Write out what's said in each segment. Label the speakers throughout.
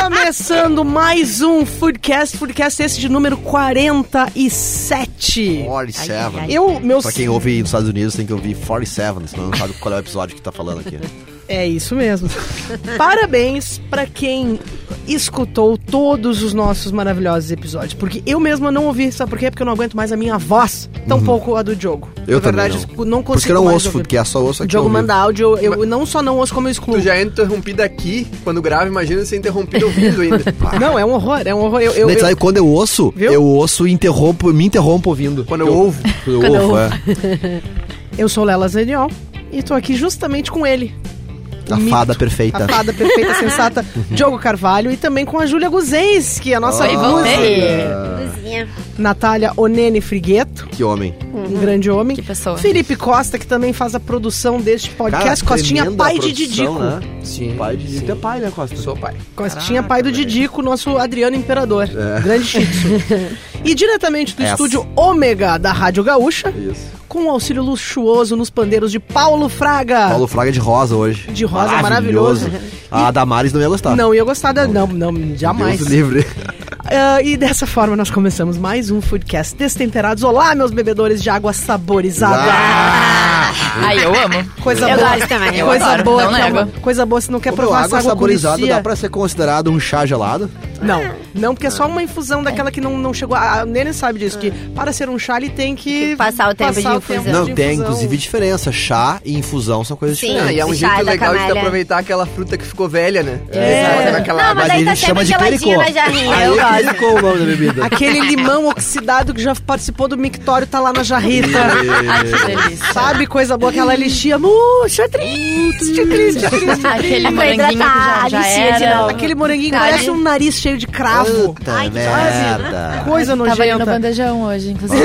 Speaker 1: começando mais um Foodcast, Foodcast esse de número 47.
Speaker 2: 47.
Speaker 1: Eu, meus...
Speaker 2: Pra quem ouve nos Estados Unidos tem que ouvir 47, senão não sabe qual é o episódio que tá falando aqui.
Speaker 1: É isso mesmo. Parabéns pra quem escutou todos os nossos maravilhosos episódios, porque eu mesma não ouvi, sabe por quê? Porque eu não aguento mais a minha voz, tampouco a do Diogo.
Speaker 2: Uhum. Eu
Speaker 1: Na verdade,
Speaker 2: também não.
Speaker 1: eu não
Speaker 2: Por isso
Speaker 1: consigo
Speaker 2: que eu não
Speaker 1: mais
Speaker 2: ouço
Speaker 1: ouvir.
Speaker 2: Foodcast, só
Speaker 1: O
Speaker 2: ouço aqui.
Speaker 1: Diogo
Speaker 2: ao vivo.
Speaker 1: manda áudio, eu, eu não só não ouço como eu excluo.
Speaker 3: Tu já é interrompido aqui, quando grava, imagina ser interrompido ouvindo ainda.
Speaker 1: Não, é um horror, é um horror. Eu, eu,
Speaker 2: Mas
Speaker 1: eu-
Speaker 2: sabe, quando eu ouço,
Speaker 1: Viu?
Speaker 2: eu ouço e interrompo, me interrompo ouvindo.
Speaker 3: Quando eu ouvo.
Speaker 2: Eu
Speaker 4: Quando eu
Speaker 2: ouvo,
Speaker 4: ouvo.
Speaker 2: é.
Speaker 1: eu sou Lela Zaniol e tô aqui justamente com ele.
Speaker 2: A
Speaker 1: mito.
Speaker 2: fada perfeita.
Speaker 1: A fada perfeita, sensata,
Speaker 4: Uhum.
Speaker 1: Diogo Carvalho e também com a Júlia Guzens, que é a nossa
Speaker 4: Oi,
Speaker 1: musa.
Speaker 4: voltei.
Speaker 5: Luzinha.
Speaker 1: Natália Onene Frigueto,
Speaker 2: Que homem.
Speaker 1: um grande homem.
Speaker 4: Uhum. Que pessoa.
Speaker 1: Felipe Costa, que também faz a produção deste podcast.
Speaker 2: Cara,
Speaker 1: Costinha,
Speaker 2: tremenda
Speaker 1: pai de
Speaker 2: produção,
Speaker 1: Didico.
Speaker 2: né?
Speaker 3: Sim.
Speaker 2: Pai de Didico é pai, né, Costa?
Speaker 3: Sou pai.
Speaker 1: Costinha, pai do Didico, nosso Adriano Imperador.
Speaker 2: É.
Speaker 1: Grande Shih Tzu. E diretamente do
Speaker 2: Essa.
Speaker 1: estúdio Ômega da Rádio Gaúcha,
Speaker 2: Isso.
Speaker 1: com o auxílio luxuoso nos pandeiros de Paulo Fraga.
Speaker 2: Paulo Fraga é de rosa hoje.
Speaker 1: Ah. De rosa, maravilhoso.
Speaker 2: A Damares não ia gostar.
Speaker 1: Não ia gostar da. Não, não, jamais.
Speaker 2: Deus livre.
Speaker 1: Ah, e dessa forma nós começamos mais um Foodcast Destemperados. Olá, meus bebedores de água saborizada.
Speaker 4: Ai, eu amo.
Speaker 1: Coisa
Speaker 5: Eu
Speaker 1: boa.
Speaker 5: gosto também, eu
Speaker 1: coisa
Speaker 4: adoro,
Speaker 1: boa,
Speaker 4: não
Speaker 1: que é uma-
Speaker 4: nego.
Speaker 1: coisa boa, se não quer
Speaker 2: Ô, meu,
Speaker 1: provar essa
Speaker 2: água
Speaker 1: água
Speaker 2: saborizada
Speaker 1: curicia-
Speaker 2: dá pra ser considerado um chá gelado?
Speaker 1: Não, não, porque é só uma infusão daquela que não, não chegou. A a Nene sabe disso, que para ser um chá ele tem que.
Speaker 5: que passar o tempo de
Speaker 1: o
Speaker 5: infusão.
Speaker 1: tempo
Speaker 2: Não,
Speaker 1: de
Speaker 2: tem
Speaker 1: infusão.
Speaker 2: inclusive diferença. Chá e infusão são coisas
Speaker 5: Sim.
Speaker 2: diferentes.
Speaker 3: Ah, e é um
Speaker 5: Chá
Speaker 3: jeito
Speaker 5: da
Speaker 3: legal de tu
Speaker 5: canalha.
Speaker 3: aproveitar aquela fruta que ficou velha, né?
Speaker 1: É.
Speaker 3: Você bota naquela
Speaker 5: Não,
Speaker 3: água.
Speaker 5: mas
Speaker 2: Mas
Speaker 5: aí
Speaker 2: ele
Speaker 5: tá
Speaker 2: chama
Speaker 5: sempre
Speaker 2: de
Speaker 5: geladinha
Speaker 2: pericô.
Speaker 5: na jarrinha.
Speaker 2: Aí
Speaker 5: eu
Speaker 2: é
Speaker 5: gosto.
Speaker 2: pericô o nome da bebida.
Speaker 1: Aquele limão oxidado que já participou do mictório tá lá na jarreta.
Speaker 4: Ai, que delícia.
Speaker 1: Sabe, coisa boa, aquela lixia. Uh, chá triste, chá triste, chá triste.
Speaker 4: Aquele
Speaker 5: Vai
Speaker 4: moranguinho que já,
Speaker 5: hidratar,
Speaker 4: já
Speaker 5: Alicia, de
Speaker 4: era.
Speaker 5: novo.
Speaker 1: Aquele moranguinho que
Speaker 4: Ai.
Speaker 1: parece um nariz cheio de cravo.
Speaker 2: Puta
Speaker 5: Ai, que
Speaker 2: merda.
Speaker 1: Ah, Coisa
Speaker 4: Tava indo no
Speaker 1: nojenta.
Speaker 4: bandejão hoje, inclusive.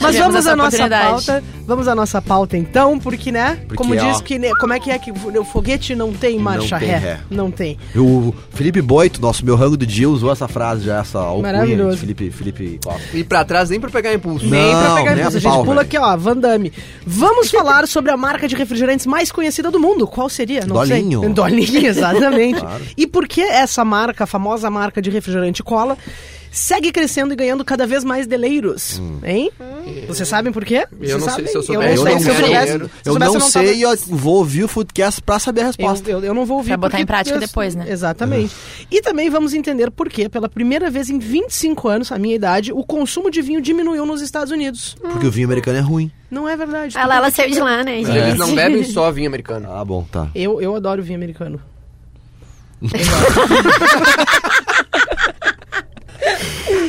Speaker 1: Mas
Speaker 4: Tivemos
Speaker 1: vamos
Speaker 4: essa
Speaker 1: à nossa
Speaker 4: oportunidade.
Speaker 1: pauta. Vamos à nossa pauta então, porque, né?
Speaker 2: Porque,
Speaker 1: como diz
Speaker 2: ó.
Speaker 1: que. ne- Como é que é que o foguete não tem marcha
Speaker 2: tem
Speaker 1: ré?
Speaker 2: ré.
Speaker 1: Não tem.
Speaker 2: O Felipe Boito, nosso meu rango do dia, usou essa frase já, essa alcunha
Speaker 1: Maravilhoso.
Speaker 2: de Felipe, Felipe Costa.
Speaker 3: E pra trás nem pra pegar impulso.
Speaker 2: Não.
Speaker 1: Nem pra pegar
Speaker 2: nem
Speaker 1: impulso.
Speaker 2: a
Speaker 1: A gente
Speaker 2: pau, né?
Speaker 1: pula
Speaker 2: velho.
Speaker 1: aqui, ó, Van Damme. Vamos falar sobre a marca de refrigerantes mais conhecida do mundo. Qual seria? Não sei.
Speaker 2: Dolinho.
Speaker 1: Dolinho, exatamente. E por que essa marca, a famosa marca de refrigerante cola, segue crescendo e ganhando cada vez mais deleiros? Hein? Vocês sabem por quê? Vocês
Speaker 3: não sei
Speaker 1: sabem?
Speaker 3: se Hum. eu
Speaker 1: Eu não
Speaker 3: soubesse.
Speaker 2: Hum. eu
Speaker 1: sei
Speaker 2: não
Speaker 1: se eu
Speaker 2: sei,
Speaker 1: soubesse.
Speaker 2: eu,
Speaker 1: Se soubesse,
Speaker 2: não
Speaker 1: tava-
Speaker 2: sei e eu vou ouvir o Foodcast pra saber a
Speaker 1: Eu,
Speaker 2: resposta.
Speaker 1: eu, eu não vou ouvir.
Speaker 4: Pra botar
Speaker 1: porque
Speaker 4: em prática
Speaker 1: eu-
Speaker 4: depois, né?
Speaker 1: Exatamente. E também vamos entender por que, pela primeira vez em 25 anos, a minha idade, o consumo de vinho diminuiu nos Estados Unidos.
Speaker 2: Porque o vinho americano é ruim.
Speaker 1: Não é verdade.
Speaker 5: Ela, ela saiu de lá, né, gente?
Speaker 2: é.
Speaker 3: Eles É. não bebem só vinho americano.
Speaker 2: Ah, bom, tá.
Speaker 1: Eu, eu adoro vinho americano.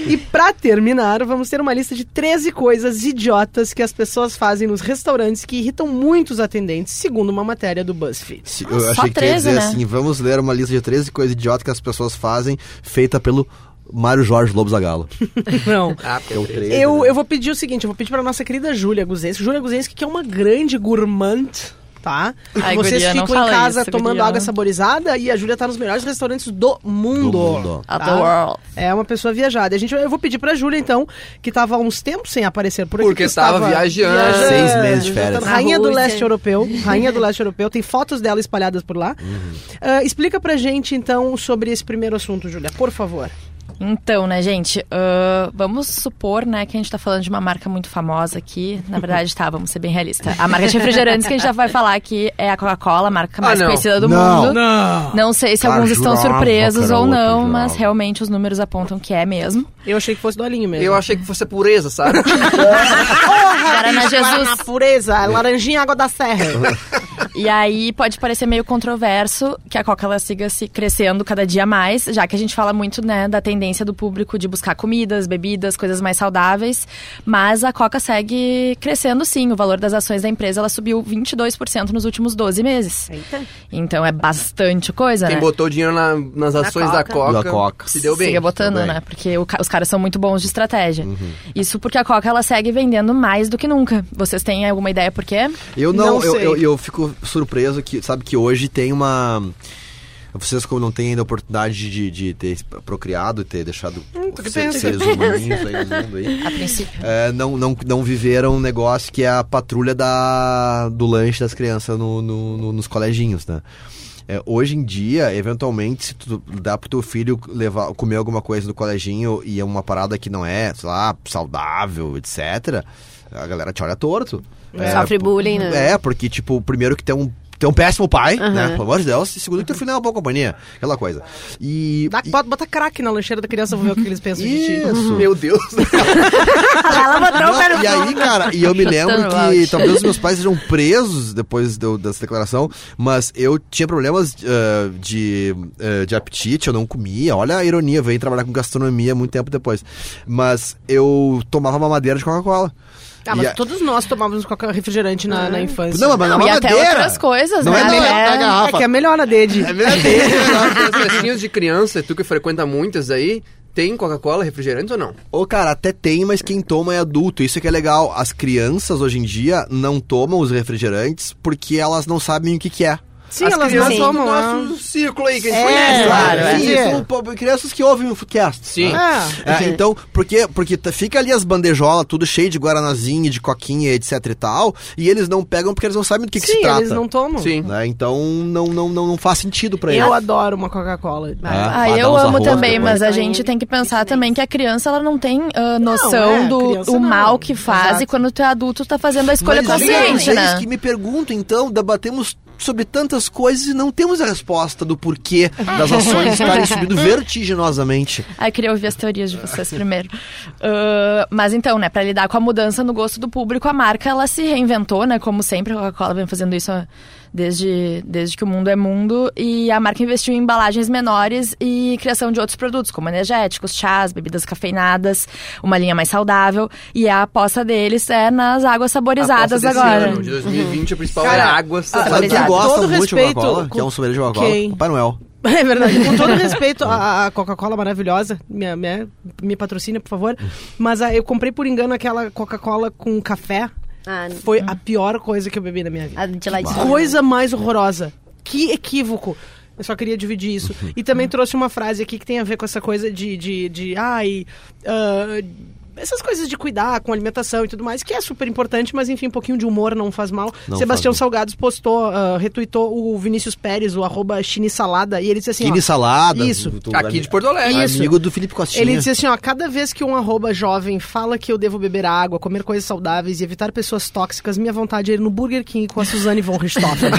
Speaker 1: e pra terminar, vamos ter uma lista de 13 coisas idiotas que as pessoas fazem nos restaurantes que irritam muitos atendentes, segundo uma matéria do BuzzFeed.
Speaker 2: Se-
Speaker 4: Ah,
Speaker 2: eu
Speaker 4: só
Speaker 2: achei que tu ia
Speaker 4: 13,
Speaker 2: dizer
Speaker 4: né?
Speaker 2: assim, vamos ler uma lista de 13 coisas idiotas que as pessoas fazem, feita pelo Mário Jorge Lobo Zagalo.
Speaker 1: Não.
Speaker 3: Ah, porque
Speaker 2: Eu,
Speaker 3: três.
Speaker 1: Eu, eu vou pedir o seguinte, eu vou pedir pra nossa querida Júlia Guzensky. Júlia Guzensky, que é uma grande gourmand, tá?
Speaker 4: Ai,
Speaker 1: Vocês
Speaker 4: guria, não
Speaker 1: ficam em
Speaker 4: fala
Speaker 1: casa
Speaker 4: isso,
Speaker 1: tomando
Speaker 4: guria.
Speaker 1: água saborizada e a Júlia tá nos melhores restaurantes do mundo.
Speaker 2: mundo.
Speaker 4: Of the
Speaker 1: tá?
Speaker 4: world.
Speaker 1: É uma pessoa viajada. A gente, eu vou pedir pra Júlia, então, que tava há uns tempos sem aparecer por aqui.
Speaker 3: Porque estava viajando.
Speaker 2: Seis meses de férias.
Speaker 1: Rainha do
Speaker 5: Na Rússia.
Speaker 1: leste europeu. Rainha do leste europeu. Tem fotos dela espalhadas por lá. Ah, explica pra gente, então, sobre esse primeiro assunto, Júlia, por favor.
Speaker 4: Então, né, gente, ahn, vamos supor, né, que a gente tá falando de uma marca muito famosa aqui. Na verdade, tá, vamos ser bem realistas. A marca de refrigerantes que a gente já vai falar aqui é a Coca-Cola, a marca
Speaker 3: Ah,
Speaker 4: mais
Speaker 3: não.
Speaker 4: conhecida do
Speaker 2: Não.
Speaker 4: mundo. Não. sei se
Speaker 2: Cara,
Speaker 4: alguns estão
Speaker 2: jurava
Speaker 4: surpresos
Speaker 2: que era
Speaker 4: ou
Speaker 2: outra,
Speaker 4: não,
Speaker 2: jurava.
Speaker 4: mas realmente os números apontam que é mesmo.
Speaker 1: Eu achei que fosse do Alinho mesmo.
Speaker 3: Eu achei que fosse a pureza, sabe? Ah,
Speaker 4: Guaraná
Speaker 1: Bicho,
Speaker 4: Jesus.
Speaker 1: Guaraná
Speaker 2: É.
Speaker 1: pureza, laranjinha, água da serra.
Speaker 4: E aí pode parecer meio controverso que a Coca ela siga se crescendo cada dia mais, já que a gente fala muito, né, da tendência do público de buscar comidas, bebidas, coisas mais saudáveis, mas a Coca segue crescendo sim, o valor das ações da empresa ela subiu 22% nos últimos 12 meses.
Speaker 5: Eita.
Speaker 4: Então é bastante coisa,
Speaker 3: Quem
Speaker 4: né?
Speaker 3: botou dinheiro na- nas ações da
Speaker 5: Coca.
Speaker 3: Coca,
Speaker 2: Da Coca.
Speaker 3: se deu bem. Uhum.
Speaker 4: Siga botando,
Speaker 2: tudo bem.
Speaker 4: né? Porque o ca- os caras são muito bons de estratégia. Isso porque a Coca ela segue vendendo mais do que nunca. Vocês têm alguma ideia por quê?
Speaker 2: Eu não,
Speaker 1: Não
Speaker 2: eu,
Speaker 1: sei.
Speaker 2: eu, eu fico surpreso que, sabe, que hoje tem uma. Vocês, como não têm ainda a oportunidade de, de ter procriado e ter deixado
Speaker 1: tô que
Speaker 2: ser-
Speaker 1: pensa,
Speaker 2: seres humaninhos aí no mundo aí.
Speaker 4: A princípio.
Speaker 2: é, não, não, não viveram um negócio que é a patrulha da, do lanche das crianças no, no- no- nos coleginhos, né? É, hoje em dia, eventualmente, se tu dá pro teu filho levar, comer alguma coisa no coleginho e é uma parada que não é, sei lá, saudável, etc., a galera te olha torto. É,
Speaker 5: Uhum. Sofre bullying, né? Uhum.
Speaker 2: É, porque, tipo, primeiro que tem um. Tem um péssimo pai,
Speaker 5: Aham.
Speaker 2: né? Pelo amor de Deus. E segundo que teu filho é uma boa companhia. Aquela coisa. E.
Speaker 1: Dá,
Speaker 2: e-
Speaker 1: bota, bota crack na lancheira da criança, vou ver o que eles pensam de ti.
Speaker 2: isso.
Speaker 3: Meu Deus.
Speaker 5: Ela botou o
Speaker 2: Não,
Speaker 5: cara
Speaker 2: e aí, cara, e eu me lembro
Speaker 4: Chutando
Speaker 2: que
Speaker 4: balde.
Speaker 2: talvez os meus pais sejam presos depois de eu- dessa declaração, mas eu tinha problemas ah, de, ah, de apetite, eu não comia. Olha a ironia, eu veio trabalhar com gastronomia muito tempo depois. Mas eu tomava uma madeira de Coca-Cola.
Speaker 1: Ah,
Speaker 2: E
Speaker 1: mas
Speaker 2: a- É.
Speaker 1: todos nós tomávamos qualquer refrigerante na, na infância.
Speaker 2: Não, mas
Speaker 4: Não,
Speaker 2: na
Speaker 4: e até
Speaker 2: madeira.
Speaker 4: outras coisas,
Speaker 2: Não
Speaker 4: né?
Speaker 2: é melhor
Speaker 4: É.
Speaker 2: da garrafa.
Speaker 1: É que é melhor na dede.
Speaker 2: É verdadeiro.
Speaker 3: As festinhas de criança, tu que frequenta muitas aí, tem Coca-Cola, refrigerante ou não?
Speaker 2: Ô, cara, até tem, mas quem toma é adulto. Isso é que é legal. As crianças hoje em dia não tomam os refrigerantes porque elas não sabem o que, que é.
Speaker 1: Sim,
Speaker 3: As
Speaker 1: elas não
Speaker 3: crianças
Speaker 1: tomam.
Speaker 3: do
Speaker 1: ah.
Speaker 3: nosso círculo aí que a gente
Speaker 1: É,
Speaker 3: conhece.
Speaker 1: claro,
Speaker 3: né?
Speaker 1: é.
Speaker 2: Sim,
Speaker 1: é.
Speaker 2: são po- crianças que ouvem o Foodcast.
Speaker 3: Sim.
Speaker 2: né?
Speaker 1: Ah,
Speaker 2: É, então, porque, porque tá- fica ali as bandejolas, tudo cheio de guaranazinha, de coquinha, etc e tal, e eles não pegam porque eles não sabem do que, que se
Speaker 1: sim,
Speaker 2: trata.
Speaker 1: eles não tomam.
Speaker 3: Sim.
Speaker 2: né? Então não, não, não, não faz sentido pra eles.
Speaker 1: Eu adoro uma Coca-Cola.
Speaker 2: Ah.
Speaker 4: Ah,
Speaker 2: Vai dar
Speaker 4: eu
Speaker 2: uns
Speaker 4: amo
Speaker 2: arroz
Speaker 4: também,
Speaker 2: depois.
Speaker 4: mas a gente tem que pensar também que a criança ela não tem ah, noção
Speaker 1: é, criança
Speaker 4: do o
Speaker 1: não.
Speaker 4: mal que faz
Speaker 1: Exato.
Speaker 4: e quando tu é adulto tu tá fazendo a escolha
Speaker 2: Mas, gente,
Speaker 4: consciente,
Speaker 2: é
Speaker 4: né?
Speaker 2: isso que me pergunto, então, debatemos sobre tantas coisas e não temos a resposta do porquê das ações estarem subindo vertiginosamente.
Speaker 4: Aí Ah, queria ouvir as teorias de vocês primeiro. Ah, mas então, né, pra lidar com a mudança no gosto do público, a marca ela se reinventou, né? Como sempre, a Coca-Cola vem fazendo isso desde, desde que o mundo é mundo. E a marca investiu em embalagens menores e criação de outros produtos, como energéticos, chás, bebidas cafeinadas, uma linha mais saudável. E a aposta deles é nas águas saborizadas
Speaker 3: Aposta desse
Speaker 4: agora.
Speaker 3: ano, de 2020, a principal
Speaker 1: Cara,
Speaker 3: era água.
Speaker 2: Sabe
Speaker 4: Obrigada.
Speaker 2: quem
Speaker 1: Com
Speaker 2: gosta
Speaker 1: todo
Speaker 2: muito de
Speaker 1: respeito,
Speaker 2: Coca-Cola?
Speaker 1: com-
Speaker 2: Que é um sommelier de Coca-Cola?
Speaker 1: Quem?
Speaker 2: Papai Noel.
Speaker 1: É verdade. Com todo respeito à à Coca-Cola maravilhosa, minha, minha, me patrocina, por favor. Mas ah, eu comprei por engano aquela Coca-Cola com café.
Speaker 5: Ah,
Speaker 1: Foi a pior coisa que eu bebi na minha vida.
Speaker 5: a de lá de
Speaker 1: Coisa mais horrorosa. Que equívoco. Eu só queria dividir isso. E também trouxe uma frase aqui que tem a ver com essa coisa de. de, de ai. ah, essas coisas de cuidar com alimentação e tudo mais, que é super importante, mas enfim, um pouquinho de humor não faz mal.
Speaker 2: Não
Speaker 1: Sebastião
Speaker 2: faz
Speaker 1: Salgados postou, ah, retuitou o Vinícius Pérez, o arroba Chinisalada, e ele disse assim. ó,
Speaker 2: Kine Salada.
Speaker 1: Isso.
Speaker 2: do- do-
Speaker 3: Aqui de Porto Alegre.
Speaker 1: Isso.
Speaker 2: Amigo do Felipe Costinha.
Speaker 1: Ele disse assim, ó, cada vez que um arroba jovem fala que eu devo beber água, comer coisas saudáveis e evitar pessoas tóxicas, minha vontade é ir no Burger King com a Suzane von Richthofen.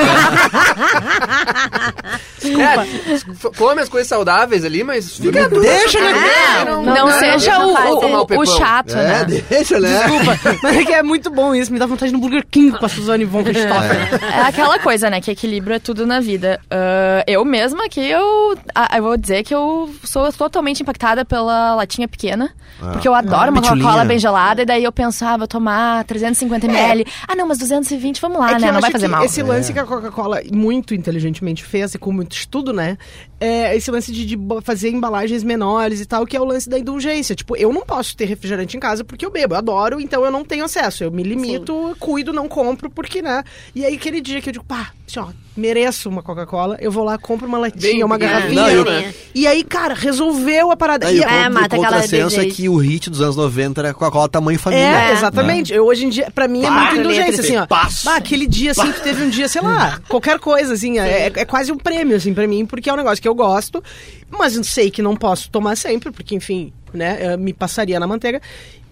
Speaker 3: É, f- come as coisas saudáveis ali, mas fica É.
Speaker 2: Deixa ele
Speaker 5: Ah,
Speaker 4: Não,
Speaker 5: não, não,
Speaker 4: seja
Speaker 5: não
Speaker 4: o-
Speaker 5: faz,
Speaker 4: o,
Speaker 5: é.
Speaker 4: o, o chato,
Speaker 2: É,
Speaker 4: né?
Speaker 2: deixa, né?
Speaker 1: Desculpa, mas é que é muito bom isso, me dá vontade de ir no Burger King com a Suzane von Richthofen.
Speaker 4: É aquela coisa, né? Que equilíbrio é tudo na vida. Ah, eu mesma aqui, eu, ah, eu vou dizer que eu sou totalmente impactada pela latinha pequena. Porque eu adoro
Speaker 1: Ah,
Speaker 4: uma
Speaker 2: Pitulinha.
Speaker 4: Coca-Cola bem gelada. E daí eu penso, ah, vou tomar 350ml. Ah, não, mas 220, vamos lá,
Speaker 1: É que
Speaker 4: né?
Speaker 1: eu
Speaker 4: Não vai
Speaker 1: acho
Speaker 4: fazer
Speaker 1: que
Speaker 4: mal. É.
Speaker 1: Esse lance que a Coca-Cola muito inteligentemente fez, e com muito estudo, né? É esse lance de, de bo- fazer embalagens menores e tal, que é o lance da indulgência. Tipo, eu não posso ter refrigerante em casa porque eu bebo, eu adoro, então eu não tenho acesso. Eu me limito, cuido, não compro, porque, né? E aí, aquele dia que eu digo, pá, assim, ó, mereço uma Coca-Cola, eu vou lá, compro uma latinha,
Speaker 3: Bem
Speaker 1: uma
Speaker 3: pequenininha.
Speaker 1: garrafinha.
Speaker 2: Não,
Speaker 5: eu-
Speaker 1: E aí, cara, resolveu a parada.
Speaker 2: Aí,
Speaker 1: E
Speaker 2: o
Speaker 1: a-
Speaker 5: É,
Speaker 2: con- o
Speaker 5: mata aquela
Speaker 2: contrassenso é
Speaker 5: desejo.
Speaker 2: que o hit dos anos 90 era Coca-Cola tamanho família. né?
Speaker 1: É,
Speaker 5: É.
Speaker 1: exatamente. Eu hoje em dia, pra mim é
Speaker 5: Quatro
Speaker 1: muita indulgência,
Speaker 5: letras,
Speaker 1: assim, ó.
Speaker 2: passo.
Speaker 1: Ah, aquele dia, assim, que teve um dia, sei lá,
Speaker 2: Hum.
Speaker 1: qualquer coisa, assim, é, é quase um prêmio, assim, pra mim, porque é um negócio que eu gosto, mas eu sei que não posso tomar sempre, porque, enfim, né, eu me passaria na manteiga.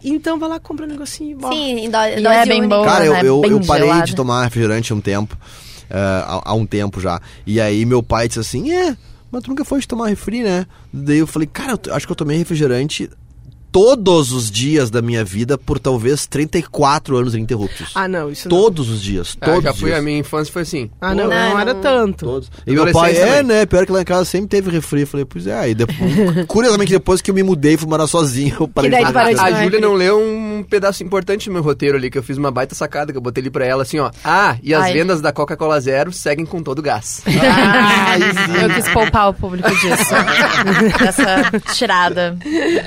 Speaker 1: Então, vai lá, compra um negocinho e bota.
Speaker 5: Sim, em dó,
Speaker 4: E
Speaker 5: dose
Speaker 4: é bem
Speaker 5: única.
Speaker 4: bom.
Speaker 2: Cara, eu,
Speaker 4: né?
Speaker 2: eu,
Speaker 4: Bem
Speaker 2: eu parei
Speaker 4: gelada.
Speaker 2: de tomar refrigerante há um tempo. eh, há, há um tempo já. E aí meu pai disse assim: É, mas tu nunca foi de tomar refri, né? Daí eu falei, cara, eu t- acho que eu tomei refrigerante todos os dias da minha vida por talvez 34 anos ininterruptos.
Speaker 1: Ah, não, isso não.
Speaker 2: todos os dias.
Speaker 3: Ah,
Speaker 2: todos
Speaker 3: já
Speaker 2: os
Speaker 3: fui,
Speaker 2: dias.
Speaker 3: a minha infância foi assim.
Speaker 1: Ah, não, não,
Speaker 5: Não,
Speaker 1: era
Speaker 5: não.
Speaker 1: tanto.
Speaker 2: Todos. E meu pai,
Speaker 3: Adolescência
Speaker 2: é,
Speaker 3: também.
Speaker 2: né? Pior que lá em casa sempre teve refri. Eu falei, pois é. Aí depois, curiosamente, depois que eu me mudei e fui morar sozinho, eu parei
Speaker 5: daí tu
Speaker 2: tomar
Speaker 5: parou de
Speaker 2: refri.
Speaker 3: A
Speaker 5: Não é
Speaker 3: Júlia
Speaker 5: incrível.
Speaker 3: não leu um pedaço importante do meu roteiro ali, que eu fiz uma baita sacada, que eu botei ali pra ela assim, ó. Ah, e as
Speaker 4: Ai.
Speaker 3: vendas da Coca-Cola Zero seguem com todo o gás.
Speaker 2: Ah,
Speaker 4: eu quis poupar o público disso. Dessa tirada.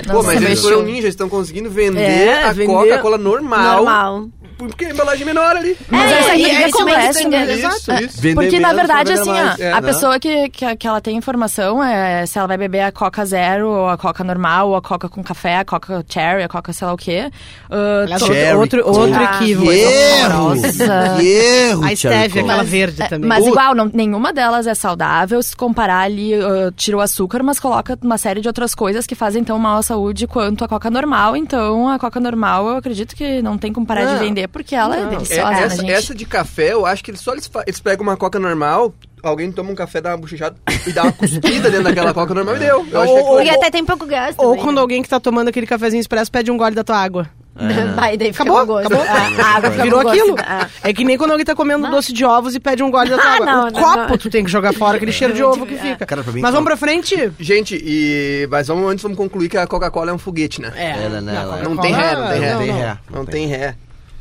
Speaker 3: Pô, mas um
Speaker 4: Nossa,
Speaker 3: eles
Speaker 4: mexeu.
Speaker 3: foram ninjas, estão conseguindo vender
Speaker 1: É,
Speaker 3: a
Speaker 1: vender
Speaker 3: Coca-Cola normal,
Speaker 5: Normal.
Speaker 3: Porque a embalagem é menor ali.
Speaker 4: Mas
Speaker 5: É,
Speaker 4: essa é
Speaker 5: e
Speaker 4: briga
Speaker 5: eles também
Speaker 4: acontece podcast
Speaker 1: entender.
Speaker 4: dele.
Speaker 1: Exato.
Speaker 3: Isso, isso.
Speaker 2: Vender
Speaker 4: Porque, na
Speaker 2: menos,
Speaker 4: verdade,
Speaker 2: vender
Speaker 4: assim,
Speaker 2: mais.
Speaker 4: ó,
Speaker 3: É,
Speaker 4: a
Speaker 3: né?
Speaker 4: pessoa que, que, que ela tem informação é se ela vai beber a Coca Zero, ou a Coca normal, ou a Coca com café, a Coca Cherry, a Coca sei lá o quê. Ah,
Speaker 1: Aliás,
Speaker 4: todo-
Speaker 2: Cherry
Speaker 1: outro, outro
Speaker 2: Coke.
Speaker 4: Ah,
Speaker 1: equívoco.
Speaker 2: Erro!
Speaker 4: Nossa.
Speaker 2: Erro,
Speaker 1: A
Speaker 2: Cherry
Speaker 1: Stevia, é
Speaker 2: Coke.
Speaker 1: aquela
Speaker 5: É,
Speaker 1: verde também.
Speaker 4: Mas
Speaker 2: O-
Speaker 4: igual, não- nenhuma delas é saudável. Se comparar ali, ah, tira o açúcar, mas coloca uma série de outras coisas que fazem tão mal à saúde quanto a Coca normal. Então, a Coca normal, eu acredito que não tem como parar
Speaker 3: Não.
Speaker 4: de vender, porque ela é
Speaker 3: É,
Speaker 4: deliciosa, né,
Speaker 3: essa,
Speaker 4: gente?
Speaker 3: essa de café, eu acho que eles só eles, fa- eles pegam uma coca normal, alguém toma um café, dá uma bochechada e dá uma cuspida dentro daquela coca normal e deu. Eu achei que é
Speaker 1: Ou-
Speaker 5: Porque até tem pouco gás
Speaker 1: Ou
Speaker 5: também,
Speaker 1: quando
Speaker 5: né?
Speaker 1: alguém que tá tomando aquele cafezinho expresso pede um gole da tua água.
Speaker 5: Vai, daí fica
Speaker 1: Acabou,
Speaker 5: com gosto.
Speaker 1: acabou.
Speaker 5: Ah, a água fica
Speaker 1: É. Virou
Speaker 5: com
Speaker 1: aquilo.
Speaker 5: Gosto. Ah.
Speaker 1: É que nem quando alguém tá comendo doce de ovos e pede um gole da tua água.
Speaker 5: não,
Speaker 1: o
Speaker 5: não,
Speaker 1: copo
Speaker 5: não.
Speaker 1: tu tem que jogar fora, aquele cheiro de ovo que fica.
Speaker 2: Cara,
Speaker 3: É.
Speaker 2: pra mim,
Speaker 1: Mas vamos
Speaker 2: Coca-
Speaker 1: pra frente?
Speaker 3: Gente, e mas vamos antes vamos concluir que a Coca-Cola é um foguete, né?
Speaker 2: Ela, né, ela-
Speaker 1: Coca-Cola-
Speaker 3: Não tem ré, não tem ré.
Speaker 2: não tem ré.
Speaker 3: Não tem ré.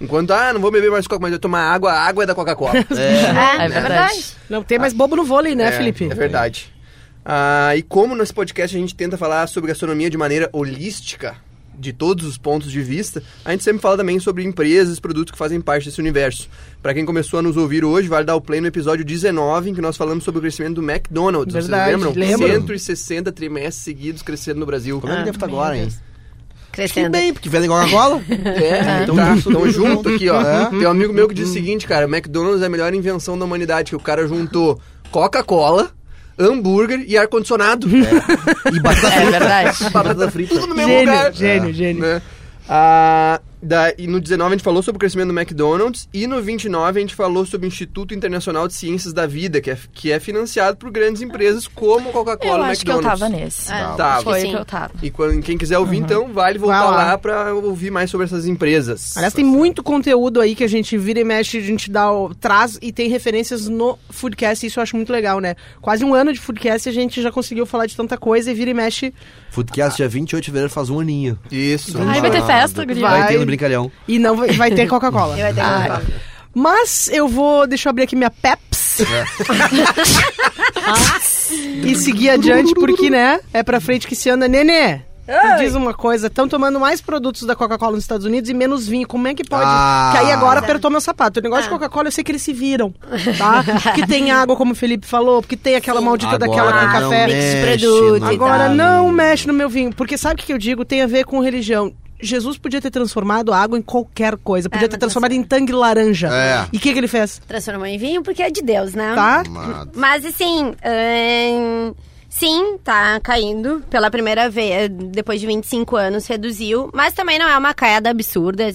Speaker 3: Enquanto, ah, não vou beber mais Coca, mas eu tomar água, a água é da Coca-Cola.
Speaker 2: É.
Speaker 5: Ah,
Speaker 4: É
Speaker 5: é verdade.
Speaker 4: verdade.
Speaker 1: Não tem mais bobo no vôlei, né, Felipe?
Speaker 3: É verdade. Ah, e como nesse podcast a gente tenta falar sobre gastronomia de maneira holística, de todos os pontos de vista, a gente sempre fala também sobre empresas, produtos que fazem parte desse universo. Pra quem começou a nos ouvir hoje, vale dar o play no episódio 19, em que nós falamos sobre o crescimento do McDonald's.
Speaker 1: Verdade,
Speaker 3: Vocês lembram?
Speaker 1: lembro. Ah.
Speaker 3: 160 trimestres seguidos crescendo no Brasil.
Speaker 2: Como é que deve estar agora, hein? Que
Speaker 5: Crescendo.
Speaker 2: bem, porque vendem Coca-Cola.
Speaker 3: É, então tá, tão junto aqui, ó.
Speaker 2: É.
Speaker 1: Uhum.
Speaker 3: Tem um amigo meu que diz o seguinte, cara, McDonald's é a melhor invenção da humanidade, que o cara juntou Coca-Cola, hambúrguer e ar-condicionado.
Speaker 2: e batata
Speaker 4: É verdade.
Speaker 2: Batata frita.
Speaker 3: Tudo no mesmo
Speaker 1: Gênio,
Speaker 3: lugar.
Speaker 1: gênio, gênio.
Speaker 3: Né? Ah, da- e no 19 a gente falou sobre o crescimento do McDonald's e no 29 a gente falou sobre o Instituto Internacional de Ciências da Vida, que é, que é financiado por grandes empresas como
Speaker 4: Eu
Speaker 3: Coca-Cola e
Speaker 4: acho que eu
Speaker 3: McDonald's.
Speaker 4: tava nesse.
Speaker 5: Ah,
Speaker 3: Tá,
Speaker 5: acho que
Speaker 4: Foi
Speaker 5: sim.
Speaker 4: que eu tava.
Speaker 3: E quando- quem quiser ouvir, então, vale voltar
Speaker 1: Uhum. Vai lá.
Speaker 3: lá, pra ouvir mais sobre essas empresas.
Speaker 1: Aliás, tem muito conteúdo aí que a gente vira e mexe, a gente dá, o- traz e tem referências no Foodcast, isso eu acho muito legal, né? Quase um ano de Foodcast e a gente já conseguiu falar de tanta coisa e vira e mexe.
Speaker 2: Foodcast, dia 28 de fevereiro, faz um aninho.
Speaker 3: Isso. Ah.
Speaker 4: Ai, vai ter festa, guria.
Speaker 2: Vai,
Speaker 1: Vai.
Speaker 2: ter um no brincalhão.
Speaker 1: E não vai, vai ter Coca-Cola.
Speaker 5: Eu até
Speaker 1: Ah,
Speaker 5: gostava.
Speaker 1: Mas eu vou. Deixa eu abrir aqui minha Peps. e seguir adiante, porque, né? É pra frente que se anda. Nenê! Me diz uma coisa, estão tomando mais produtos da Coca-Cola nos Estados Unidos e menos vinho. Como é que pode?
Speaker 2: Ah.
Speaker 1: que aí agora apertou meu sapato. O negócio de Coca-Cola eu sei que eles se viram, tá? Porque tem água, como o Felipe falou, porque tem aquela maldita daquela com
Speaker 2: Agora não né?
Speaker 1: café.
Speaker 2: mexe
Speaker 5: produtos
Speaker 2: no
Speaker 5: e
Speaker 1: Agora
Speaker 2: vinho.
Speaker 1: não mexe no meu vinho, porque sabe o que que eu digo? Tem a ver com religião. Jesus podia ter transformado a água em qualquer coisa, podia
Speaker 5: Ah,
Speaker 1: ter
Speaker 5: mas
Speaker 1: transformado em tangue laranja.
Speaker 2: É.
Speaker 1: E o que, que ele fez?
Speaker 5: Transformou em vinho porque é de Deus, né?
Speaker 1: Tá?
Speaker 2: Amado.
Speaker 5: Mas assim, ahn, sim, tá caindo pela primeira vez, depois de 25 anos reduziu, mas também não é uma queda absurda, é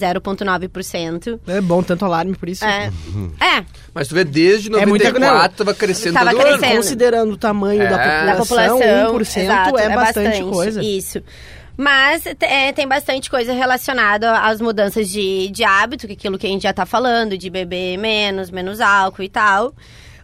Speaker 5: 0,9%.
Speaker 1: É bom tanto alarme por isso.
Speaker 5: É, é,
Speaker 3: Mas tu vê, desde
Speaker 1: É muita-
Speaker 3: 94 tava crescendo
Speaker 5: Tava
Speaker 3: todo ano.
Speaker 5: crescendo.
Speaker 1: Considerando o tamanho da
Speaker 3: É.
Speaker 5: da
Speaker 1: população,
Speaker 5: população,
Speaker 1: 1%
Speaker 5: exato,
Speaker 1: é, bastante, coisa.
Speaker 5: Isso. Mas t- é, tem bastante coisa relacionada às mudanças de, de hábito, que é aquilo que a gente já tá falando, de beber menos, menos álcool e tal.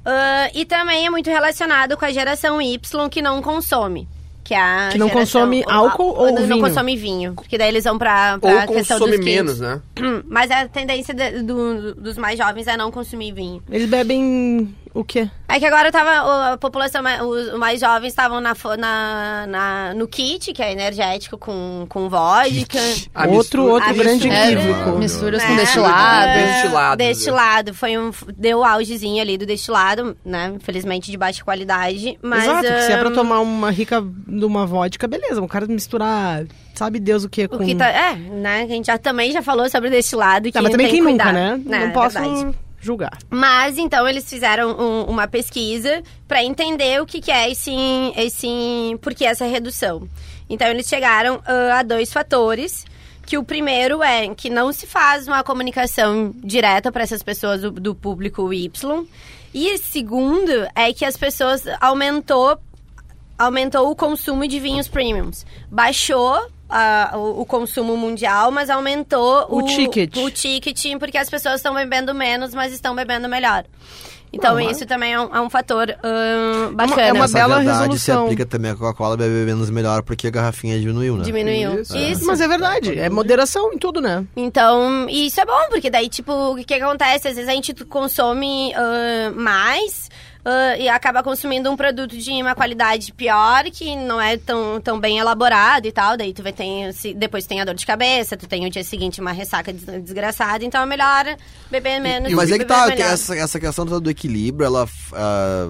Speaker 5: Ah, e também é muito relacionado com a geração Y que não consome. Que, é a
Speaker 1: Que não
Speaker 5: geração-
Speaker 1: consome álcool ou
Speaker 5: não,
Speaker 1: vinho?
Speaker 5: Não consome vinho. Porque daí eles vão pra, pra
Speaker 3: Ou
Speaker 5: questão dos
Speaker 3: consome
Speaker 5: kids.
Speaker 3: menos, né?
Speaker 5: Mas a tendência de- do- dos mais jovens é não consumir vinho.
Speaker 1: Eles bebem o quê?
Speaker 5: É que agora tava. o- A população, ma- os mais jovens estavam na, fo- na, na- no kit, que é energético com, com vodka.
Speaker 3: A
Speaker 1: outro
Speaker 3: mistura-
Speaker 1: outro
Speaker 5: a
Speaker 1: grande
Speaker 5: mistura-
Speaker 3: Ah,
Speaker 1: equívoco.
Speaker 2: É,
Speaker 4: Misturas
Speaker 5: né?
Speaker 4: com destilado.
Speaker 3: É. Destilado, né?
Speaker 5: Destilado. Foi um, deu o augezinho ali do destilado, né? Infelizmente de baixa qualidade. Mas, ah, hum,
Speaker 1: Exato, porque se é pra
Speaker 5: ahn,
Speaker 1: tomar uma rica de uma vodka, beleza. O cara misturar, sabe Deus o que com...
Speaker 5: O que tá, é, né? A gente já, também já falou sobre destilado.
Speaker 1: Tá, mas também
Speaker 5: tem
Speaker 1: quem
Speaker 5: que
Speaker 1: nunca,
Speaker 5: cuidar.
Speaker 1: né?
Speaker 5: É,
Speaker 1: Não posso
Speaker 5: verdade.
Speaker 1: julgar.
Speaker 5: Mas então eles fizeram um- uma pesquisa para entender o que, que é esse, esse. Por que essa redução. Então eles chegaram ah, a dois fatores. Que o primeiro é que não se faz uma comunicação direta para essas pessoas do, do público Y. E segundo é que as pessoas aumentou aumentou o consumo de vinhos premiums. Baixou ah, o, o consumo mundial, mas aumentou
Speaker 1: O ticket.
Speaker 5: O ticket, porque as pessoas estão bebendo menos, mas estão bebendo melhor. Então
Speaker 1: Não, é.
Speaker 5: isso também é um, é um fator ahn,
Speaker 1: uma- é
Speaker 5: bacana.
Speaker 1: uma
Speaker 2: Essa
Speaker 1: bela
Speaker 2: verdade
Speaker 1: resolução.
Speaker 2: se aplica também à Coca-Cola beber menos melhor porque a garrafinha diminuiu, né?
Speaker 5: Diminuiu.
Speaker 3: Isso.
Speaker 5: Isso.
Speaker 1: Mas é verdade, é moderação em tudo, né?
Speaker 5: Então, e isso é bom, porque daí, tipo, o que, que acontece? Às vezes a gente consome ah, mais ah, e acaba consumindo um produto de uma qualidade pior, que não é tão, tão bem elaborado e tal. Daí tu vai ter, se- depois tu tem a dor de cabeça, tu tem o dia seguinte uma ressaca des- desgraçada. Então é melhor beber menos.
Speaker 2: Mas é que
Speaker 5: beber
Speaker 2: tá,
Speaker 5: melhor.
Speaker 2: essa, essa questão toda do equilíbrio, ela, ah,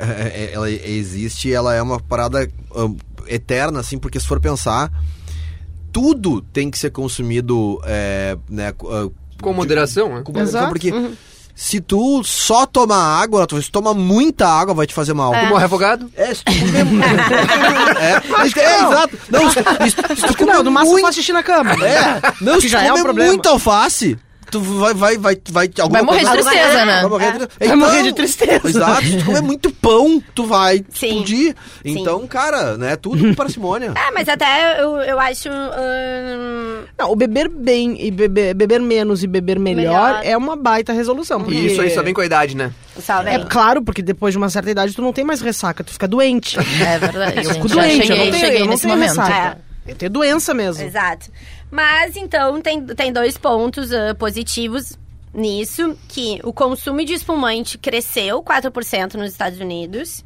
Speaker 2: é- é- ela existe, ela é uma parada ah, eterna, assim, porque se for pensar, tudo tem que ser consumido, é, né, co- ah,
Speaker 3: Com moderação, né?
Speaker 2: com moderação,
Speaker 1: Exato. Uhum.
Speaker 2: porque se tu só tomar água, tu- se tu tomar muita água, vai te fazer mal.
Speaker 3: Como refogado?
Speaker 2: É, se tu comer mu- é, isso- é, exato. Não, se, se- se tu comer
Speaker 1: Não, no máximo
Speaker 2: muito-
Speaker 1: faz xixi na cama. né?
Speaker 2: é, não, se
Speaker 1: Que já
Speaker 2: tu
Speaker 1: é um
Speaker 2: comer
Speaker 1: problema.
Speaker 2: muita alface, tu vai, vai, vai, vai, alguma
Speaker 4: Vai morrer de
Speaker 2: coisa-
Speaker 4: tristeza, né?
Speaker 2: Vai morrer de tristeza. Então,
Speaker 1: Vai morrer de tristeza.
Speaker 2: Exato, se tu comer muito pão, tu vai
Speaker 5: Sim.
Speaker 2: explodir.
Speaker 5: Sim.
Speaker 2: Então, cara, né, tudo com parcimônia.
Speaker 5: É, mas até eu, eu acho. ahn,
Speaker 1: Não, o beber bem e beber, beber menos e beber melhor,
Speaker 5: Melhor.
Speaker 1: é uma baita resolução. porque-
Speaker 3: E isso aí só vem com a idade, né?
Speaker 5: só
Speaker 1: É
Speaker 5: bem.
Speaker 1: claro, porque depois de uma certa idade tu não tem mais ressaca, tu fica doente.
Speaker 4: É verdade.
Speaker 1: Eu fico
Speaker 4: gente. Já
Speaker 1: doente, eu não
Speaker 4: cheguei,
Speaker 1: tenho,
Speaker 4: cheguei
Speaker 1: eu não
Speaker 4: nesse
Speaker 1: tenho
Speaker 4: momento.
Speaker 5: É.
Speaker 1: ressaca. Eu tenho doença mesmo.
Speaker 5: Exato. Mas então tem, tem dois pontos ah, positivos nisso, que o consumo de espumante cresceu 4% nos Estados Unidos.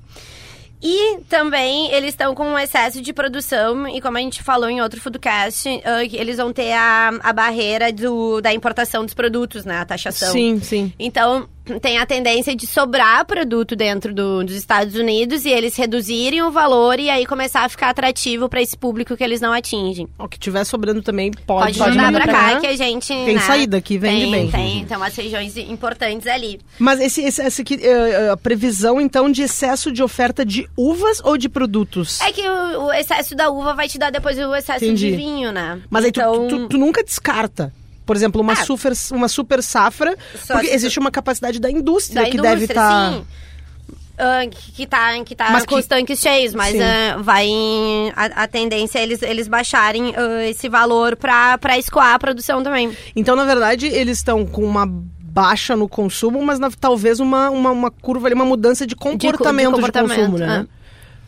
Speaker 5: E também eles estão com um excesso de produção, e como a gente falou em outro Foodcast, ah, que eles vão ter a, a barreira do, da importação dos produtos, né? A taxação.
Speaker 1: Sim, sim.
Speaker 5: Então, tem a tendência de sobrar produto dentro do- dos Estados Unidos e eles reduzirem o valor e aí começar a ficar atrativo para esse público que eles não atingem.
Speaker 1: O que tiver sobrando também pode,
Speaker 5: Pode,
Speaker 4: pode
Speaker 5: mandar
Speaker 4: mandar
Speaker 5: pra
Speaker 4: pra
Speaker 5: cá
Speaker 4: cá.
Speaker 5: que a gente.
Speaker 1: Tem
Speaker 5: né,
Speaker 1: saída aqui, vende
Speaker 5: tem,
Speaker 1: bem.
Speaker 5: Tem, tem umas regiões importantes ali.
Speaker 1: Mas esse, esse, esse aqui, eh, eh, a previsão, então, de excesso de oferta de uvas ou de produtos?
Speaker 5: É que o, o excesso da uva vai te dar depois o excesso
Speaker 1: Entendi.
Speaker 5: de vinho, né?
Speaker 1: Mas aí tu,
Speaker 5: então,
Speaker 1: tu- tu nunca descarta. Por exemplo, uma,
Speaker 5: Ah.
Speaker 1: super, uma super safra,
Speaker 5: Só
Speaker 1: porque
Speaker 5: se-
Speaker 1: existe uma capacidade da indústria
Speaker 5: da
Speaker 1: que
Speaker 5: indústria,
Speaker 1: deve tá estar...
Speaker 5: sim. ah, que, que tá, que tá
Speaker 1: Mas
Speaker 5: com
Speaker 1: que-
Speaker 5: os tanques cheios, mas
Speaker 1: Sim.
Speaker 5: ah, vai em- a, a tendência é eles, eles baixarem ah, esse valor pra, pra escoar a produção também.
Speaker 1: Então, na verdade, eles estão com uma baixa no consumo, mas na- talvez uma, uma, uma curva ali, uma mudança de comportamento de,
Speaker 5: comportamento, ah.
Speaker 1: consumo, né?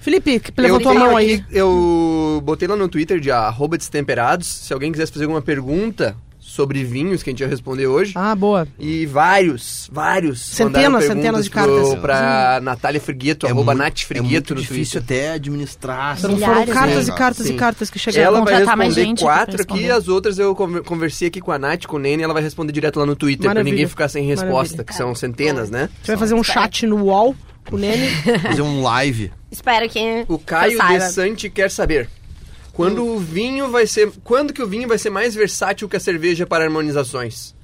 Speaker 1: Felipe, que
Speaker 3: Eu
Speaker 1: levantou a
Speaker 3: tenho
Speaker 1: mão
Speaker 3: aqui-
Speaker 1: um aí.
Speaker 3: Eu botei lá no Twitter de arroba destemperados. Se alguém quisesse fazer alguma pergunta sobre vinhos que a gente ia responder hoje.
Speaker 1: Ah, boa.
Speaker 3: E vários, vários.
Speaker 1: Centenas,
Speaker 3: mandaram perguntas
Speaker 1: centenas de
Speaker 3: pro-
Speaker 1: cartas.
Speaker 3: Pra Natália Frigueto, arroba
Speaker 2: muito-
Speaker 3: Nath
Speaker 2: é muito
Speaker 3: Frigueto no
Speaker 2: difícil
Speaker 3: Twitter.
Speaker 2: até administrar.
Speaker 1: Então
Speaker 2: assim.
Speaker 1: foram
Speaker 4: Milhares,
Speaker 1: cartas
Speaker 2: né?
Speaker 1: e cartas
Speaker 3: Sim.
Speaker 1: e cartas que chegaram.
Speaker 3: Ela vai
Speaker 4: contratar mais
Speaker 3: responder
Speaker 4: gente pra
Speaker 3: quatro aqui,
Speaker 4: responder.
Speaker 3: as outras eu conver- conversei aqui com a Nath, com o Nene, ela vai responder direto lá no Twitter, pra
Speaker 1: Maravilha.
Speaker 3: ninguém ficar sem resposta,
Speaker 1: Maravilha.
Speaker 3: que são centenas, né?
Speaker 1: A gente vai fazer um chat no UOL com o Nene.
Speaker 2: Fazer um live.
Speaker 5: Espero que.
Speaker 3: O
Speaker 5: que
Speaker 3: Caio
Speaker 5: eu saiba.
Speaker 3: De Sante quer saber. Quando o vinho vai ser. Quando que o vinho vai ser mais versátil que a cerveja para harmonizações?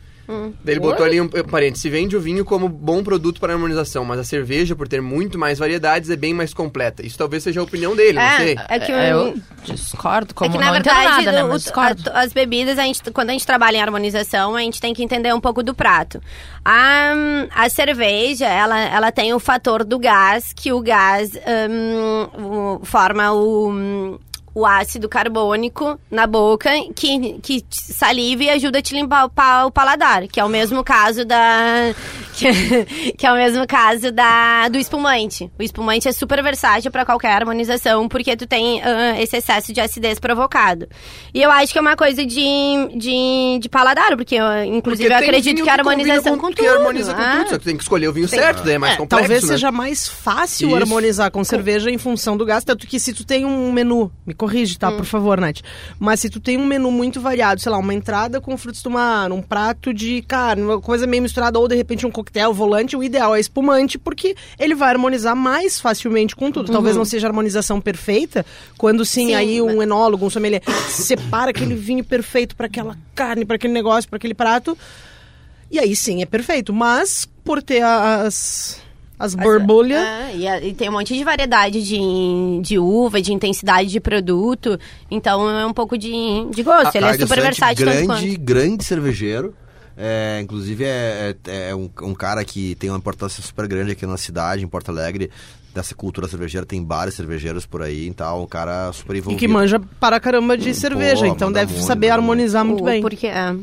Speaker 3: Daí Ele botou ali um eh, parênteses. Vende o vinho como bom produto para harmonização, mas a cerveja, por ter muito mais variedades, é bem mais completa. Isso talvez seja a opinião dele, não sei.
Speaker 5: É que, o-
Speaker 4: É, eu discordo, como
Speaker 5: é que
Speaker 4: não
Speaker 5: na
Speaker 4: entendo
Speaker 5: verdade,
Speaker 4: nada, né?
Speaker 5: o-
Speaker 4: Mas discordo.
Speaker 5: a- as bebidas, a gente, quando a gente trabalha em harmonização, a gente tem que entender um pouco do prato. A, a cerveja, ela, ela tem o fator do gás, que o gás hum, o- forma o, o ácido carbônico na boca, que, que te saliva e ajuda a te limpar o, pa- o paladar, que é o mesmo caso da. Que, que é o mesmo caso da, do espumante. O espumante é super versátil para qualquer harmonização, porque tu tem ah, esse excesso de acidez provocado. E eu acho que é uma coisa de, de, de paladar, porque eu, inclusive eu
Speaker 3: tem
Speaker 5: acredito
Speaker 3: vinho
Speaker 5: que a
Speaker 3: combina
Speaker 5: harmonização com,
Speaker 3: que
Speaker 5: tudo.
Speaker 3: harmoniza com
Speaker 5: ah.
Speaker 3: tudo, só que tu tem que escolher o vinho certo, daí é mais
Speaker 1: É,
Speaker 3: complexo.
Speaker 1: talvez
Speaker 3: né?
Speaker 1: seja mais fácil
Speaker 3: Isso.
Speaker 1: harmonizar com cerveja em função do gasto. Tanto que se tu tem um menu, me corrige, tá? Por favor, Nath. Mas se tu tem um menu muito variado, sei lá, uma entrada com frutos do mar, um prato de carne, uma coisa meio misturada, ou de repente um coquetel, volante, o ideal é espumante, porque ele vai harmonizar mais facilmente com tudo. Talvez não seja a harmonização perfeita, quando sim,
Speaker 5: Sim,
Speaker 1: aí
Speaker 5: mas-
Speaker 1: um enólogo, um sommelier, separa aquele vinho perfeito para aquela carne, para aquele negócio, para aquele prato. E aí sim, é perfeito. Mas por ter as, as borbulhas.
Speaker 5: Ah, e, a- e tem um monte de variedade de, de uva, de intensidade de produto. Então é um pouco de, de gosto. Ele é
Speaker 2: Caio de
Speaker 5: super
Speaker 2: Sante,
Speaker 5: versátil tanto
Speaker 2: grande,
Speaker 5: quanto.
Speaker 2: grande cervejeiro. É, inclusive é, é- é um, um cara que tem uma importância super grande aqui na cidade, em Porto Alegre, dessa cultura cervejeira, tem bares cervejeiros por aí e tal, um cara super
Speaker 1: E
Speaker 2: envolvido.
Speaker 3: Hum,
Speaker 1: que manja para caramba de cerveja, então
Speaker 2: manda
Speaker 1: deve
Speaker 2: muito,
Speaker 1: saber
Speaker 2: manda
Speaker 1: harmonizar muito
Speaker 5: O-
Speaker 1: bem.
Speaker 5: Porque, é.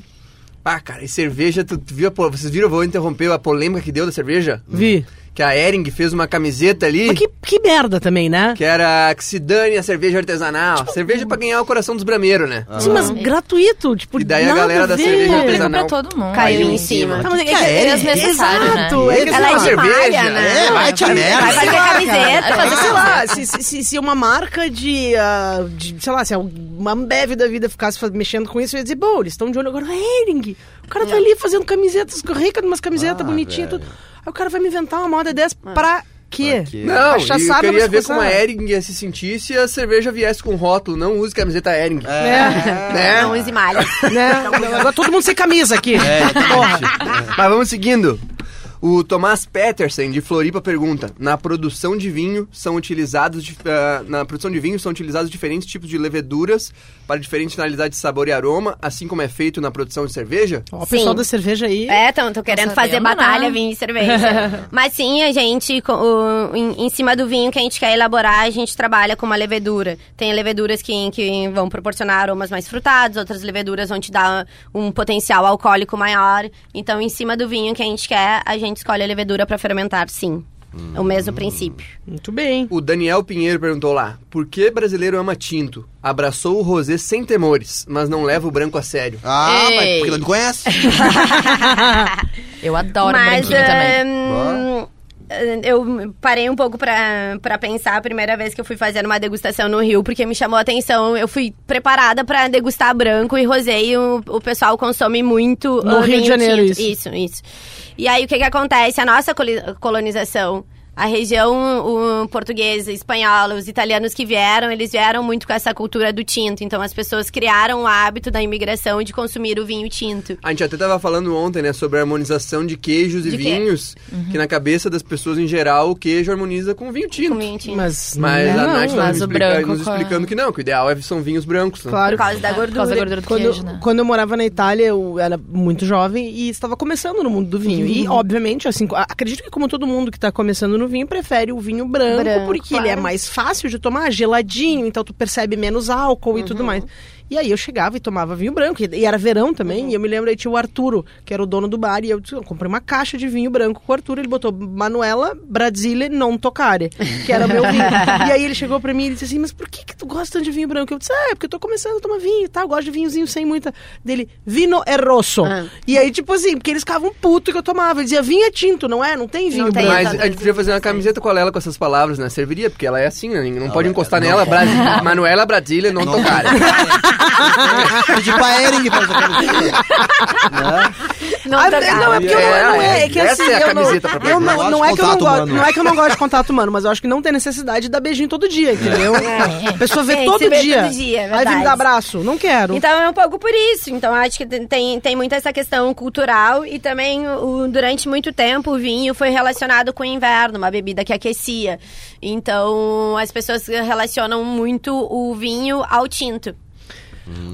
Speaker 3: Ah, cara, e cerveja, tu tu viu a po- vocês viram, eu vou interromper a polêmica que deu da cerveja?
Speaker 1: Vi.
Speaker 3: Que a Ering fez uma camiseta ali,
Speaker 1: Mas que, que merda também, né?
Speaker 3: que era que se dane a cerveja artesanal. cerveja pra ganhar o coração dos brameiros, né?
Speaker 1: Sim, mas
Speaker 5: Ah.
Speaker 1: gratuito, tipo,
Speaker 3: E daí a
Speaker 1: nada
Speaker 3: galera da
Speaker 1: ver.
Speaker 3: cerveja
Speaker 4: Público
Speaker 2: né?
Speaker 3: artesanal
Speaker 4: pra todo mundo.
Speaker 5: Caiu
Speaker 3: em
Speaker 5: em cima.
Speaker 3: cima.
Speaker 5: Tá, mas é que
Speaker 2: Que que é?
Speaker 5: é desnecessário, né?
Speaker 1: Exato.
Speaker 2: Ele
Speaker 5: Ela é de
Speaker 3: cerveja,
Speaker 5: malha, né?
Speaker 2: É, vai te a merda.
Speaker 5: Vai fazer
Speaker 1: Sei lá,
Speaker 5: camiseta. né?
Speaker 1: cara. Vai fazer, sei
Speaker 5: Ah.
Speaker 1: lá, se, se, se, se uma marca de, ah, de, sei lá, se uma Ambev da vida ficasse fa- mexendo com isso, eu ia dizer, bom, eles estão de olho agora no Hering. O cara
Speaker 5: É.
Speaker 1: tá ali fazendo camisetas, rica de umas camisetas
Speaker 2: Ah,
Speaker 1: bonitinhas e
Speaker 2: velho.
Speaker 1: tudo. Aí o cara vai me inventar uma moda dessa
Speaker 5: Ah.
Speaker 1: pra quê?
Speaker 2: Pra quê?
Speaker 3: Não,
Speaker 1: Achar
Speaker 3: e eu
Speaker 1: sábado,
Speaker 3: queria
Speaker 1: mas
Speaker 3: ver
Speaker 1: ficou
Speaker 3: como é? a
Speaker 1: sábado.
Speaker 3: Ering ia se sentir se a cerveja viesse com rótulo, não use camiseta Ering.
Speaker 2: É.
Speaker 3: Né?
Speaker 5: Não use malha.
Speaker 1: Né? Agora todo mundo sem camisa aqui.
Speaker 2: É, exatamente.
Speaker 3: Mas vamos seguindo. O Tomás Peterson, de Floripa, pergunta: Na produção de vinho são utilizados dif- ah, na produção de vinho são utilizados diferentes tipos de leveduras para diferentes finalidades de sabor e aroma, assim como é feito na produção de cerveja?
Speaker 1: Ó, o pessoal
Speaker 5: Sim.
Speaker 1: da cerveja aí.
Speaker 5: É, estão querendo fazer
Speaker 4: sabendo,
Speaker 5: batalha,
Speaker 4: né?
Speaker 5: vinho e cerveja. Mas sim, a gente, co- o- em, em cima do vinho que a gente quer elaborar, a gente trabalha com uma levedura. Tem leveduras que, que vão proporcionar aromas mais frutados, outras leveduras vão te dar um potencial alcoólico maior. Então, em cima do vinho que a gente quer, a gente escolhe a levedura para fermentar, sim. É o mesmo princípio.
Speaker 1: Muito bem.
Speaker 3: O Daniel Pinheiro perguntou lá: Por que brasileiro ama tinto? Abraçou o rosé sem temores, mas não leva o branco a sério.
Speaker 2: Ah, mas
Speaker 4: Ei.
Speaker 2: porque não me conhece.
Speaker 4: Eu
Speaker 1: Tá
Speaker 4: adoro
Speaker 5: Mas, é,
Speaker 4: branquinho também.
Speaker 5: ahn, eu parei um pouco pra, pra pensar a primeira vez que eu fui fazer uma degustação no Rio, porque me chamou a atenção. Eu fui preparada pra degustar branco e rosé, e o, o pessoal consome muito.
Speaker 1: No
Speaker 5: ah,
Speaker 1: Rio de
Speaker 5: vinho
Speaker 1: Janeiro,
Speaker 5: tinto.
Speaker 1: isso.
Speaker 5: Isso, isso. E aí, o que que acontece? A nossa coli- colonização... A região o portuguesa, espanhola, os italianos que vieram, eles vieram muito com essa cultura do tinto. Então, as pessoas criaram o hábito da imigração de consumir o vinho tinto.
Speaker 3: A gente até tava falando ontem, né, sobre a harmonização de queijos e
Speaker 5: De quê?
Speaker 3: vinhos, que na cabeça das pessoas em geral o queijo harmoniza com vinho tinto.
Speaker 5: Com vinho tinto.
Speaker 1: Mas,
Speaker 3: Mas
Speaker 1: não,
Speaker 3: a Nath tá
Speaker 4: mas
Speaker 3: nos,
Speaker 4: o
Speaker 3: explica-
Speaker 4: branco
Speaker 3: nos
Speaker 4: com a-
Speaker 3: explicando que não, que o ideal é, são vinhos brancos. né?
Speaker 1: claro
Speaker 5: Por causa da
Speaker 4: É,
Speaker 5: gordura.
Speaker 4: Por causa da gordura do
Speaker 1: quando,
Speaker 4: queijo, né?
Speaker 1: quando eu morava na Itália, eu era muito jovem e estava começando no mundo do vinho. E,
Speaker 4: Uhum.
Speaker 1: obviamente, assim, a- acredito que como todo mundo que está começando no vinho, prefere o vinho branco,
Speaker 5: Branco,
Speaker 1: porque
Speaker 5: claro.
Speaker 1: ele é mais fácil de tomar, geladinho, então tu percebe menos álcool e
Speaker 5: Uhum.
Speaker 1: tudo mais. E aí eu chegava e tomava vinho branco, e, e era verão também,
Speaker 5: Uhum.
Speaker 1: e eu me lembro, aí tinha o Arturo, que era o dono do bar, e eu, disse, eu comprei uma caixa de vinho branco com o Arturo, ele botou Manuela Brasile non toccare, que era o meu vinho. e aí ele chegou pra mim e disse assim, mas por que que tu gosta tanto de vinho branco? Eu disse, ah, é porque eu tô começando a tomar vinho e tal, eu gosto de vinhozinho sem muita... Dele, vino é rosso.
Speaker 5: Ah.
Speaker 1: E aí, tipo assim, porque eles ficavam puto que eu tomava, ele dizia, vinho é tinto, não é? Não tem vinho
Speaker 5: Não tem,
Speaker 1: branco.
Speaker 3: Mas
Speaker 5: exatamente.
Speaker 3: a gente podia fazer uma camiseta com ela com essas palavras, né? Serviria, porque ela é assim, né? Não, pode
Speaker 2: é-
Speaker 3: encostar
Speaker 2: não
Speaker 3: nela.
Speaker 2: pode.
Speaker 3: Brasi- Manuela Brasília, não tocar.
Speaker 2: Pedir pra Ering pra tocar no vídeo.
Speaker 5: Não,
Speaker 1: Ah,
Speaker 5: tocar.
Speaker 1: não, é porque eu não,
Speaker 3: É,
Speaker 1: não é, é que
Speaker 3: essa
Speaker 1: assim,
Speaker 3: é a
Speaker 1: eu não,
Speaker 3: camiseta pra
Speaker 1: eu
Speaker 2: pegar.
Speaker 1: não,
Speaker 2: Eu
Speaker 1: não
Speaker 2: gosto
Speaker 1: é
Speaker 2: de
Speaker 1: que eu não
Speaker 2: contato
Speaker 1: gosto,
Speaker 2: humano.
Speaker 1: não é que eu não gosto de contato humano, mas eu acho que não tem necessidade de dar beijinho todo dia, entendeu? A pessoa vê
Speaker 5: É. Tem,
Speaker 1: todo
Speaker 5: se vê
Speaker 1: dia.
Speaker 5: todo dia, é
Speaker 1: Aí vem
Speaker 5: verdade.
Speaker 1: me dar abraço, não quero.
Speaker 5: Então é um pouco por isso. Então acho que tem- tem, tem muito essa questão cultural e também o- durante muito tempo o vinho foi relacionado com o inverno, uma bebida que aquecia. Então as pessoas relacionam muito o vinho ao tinto.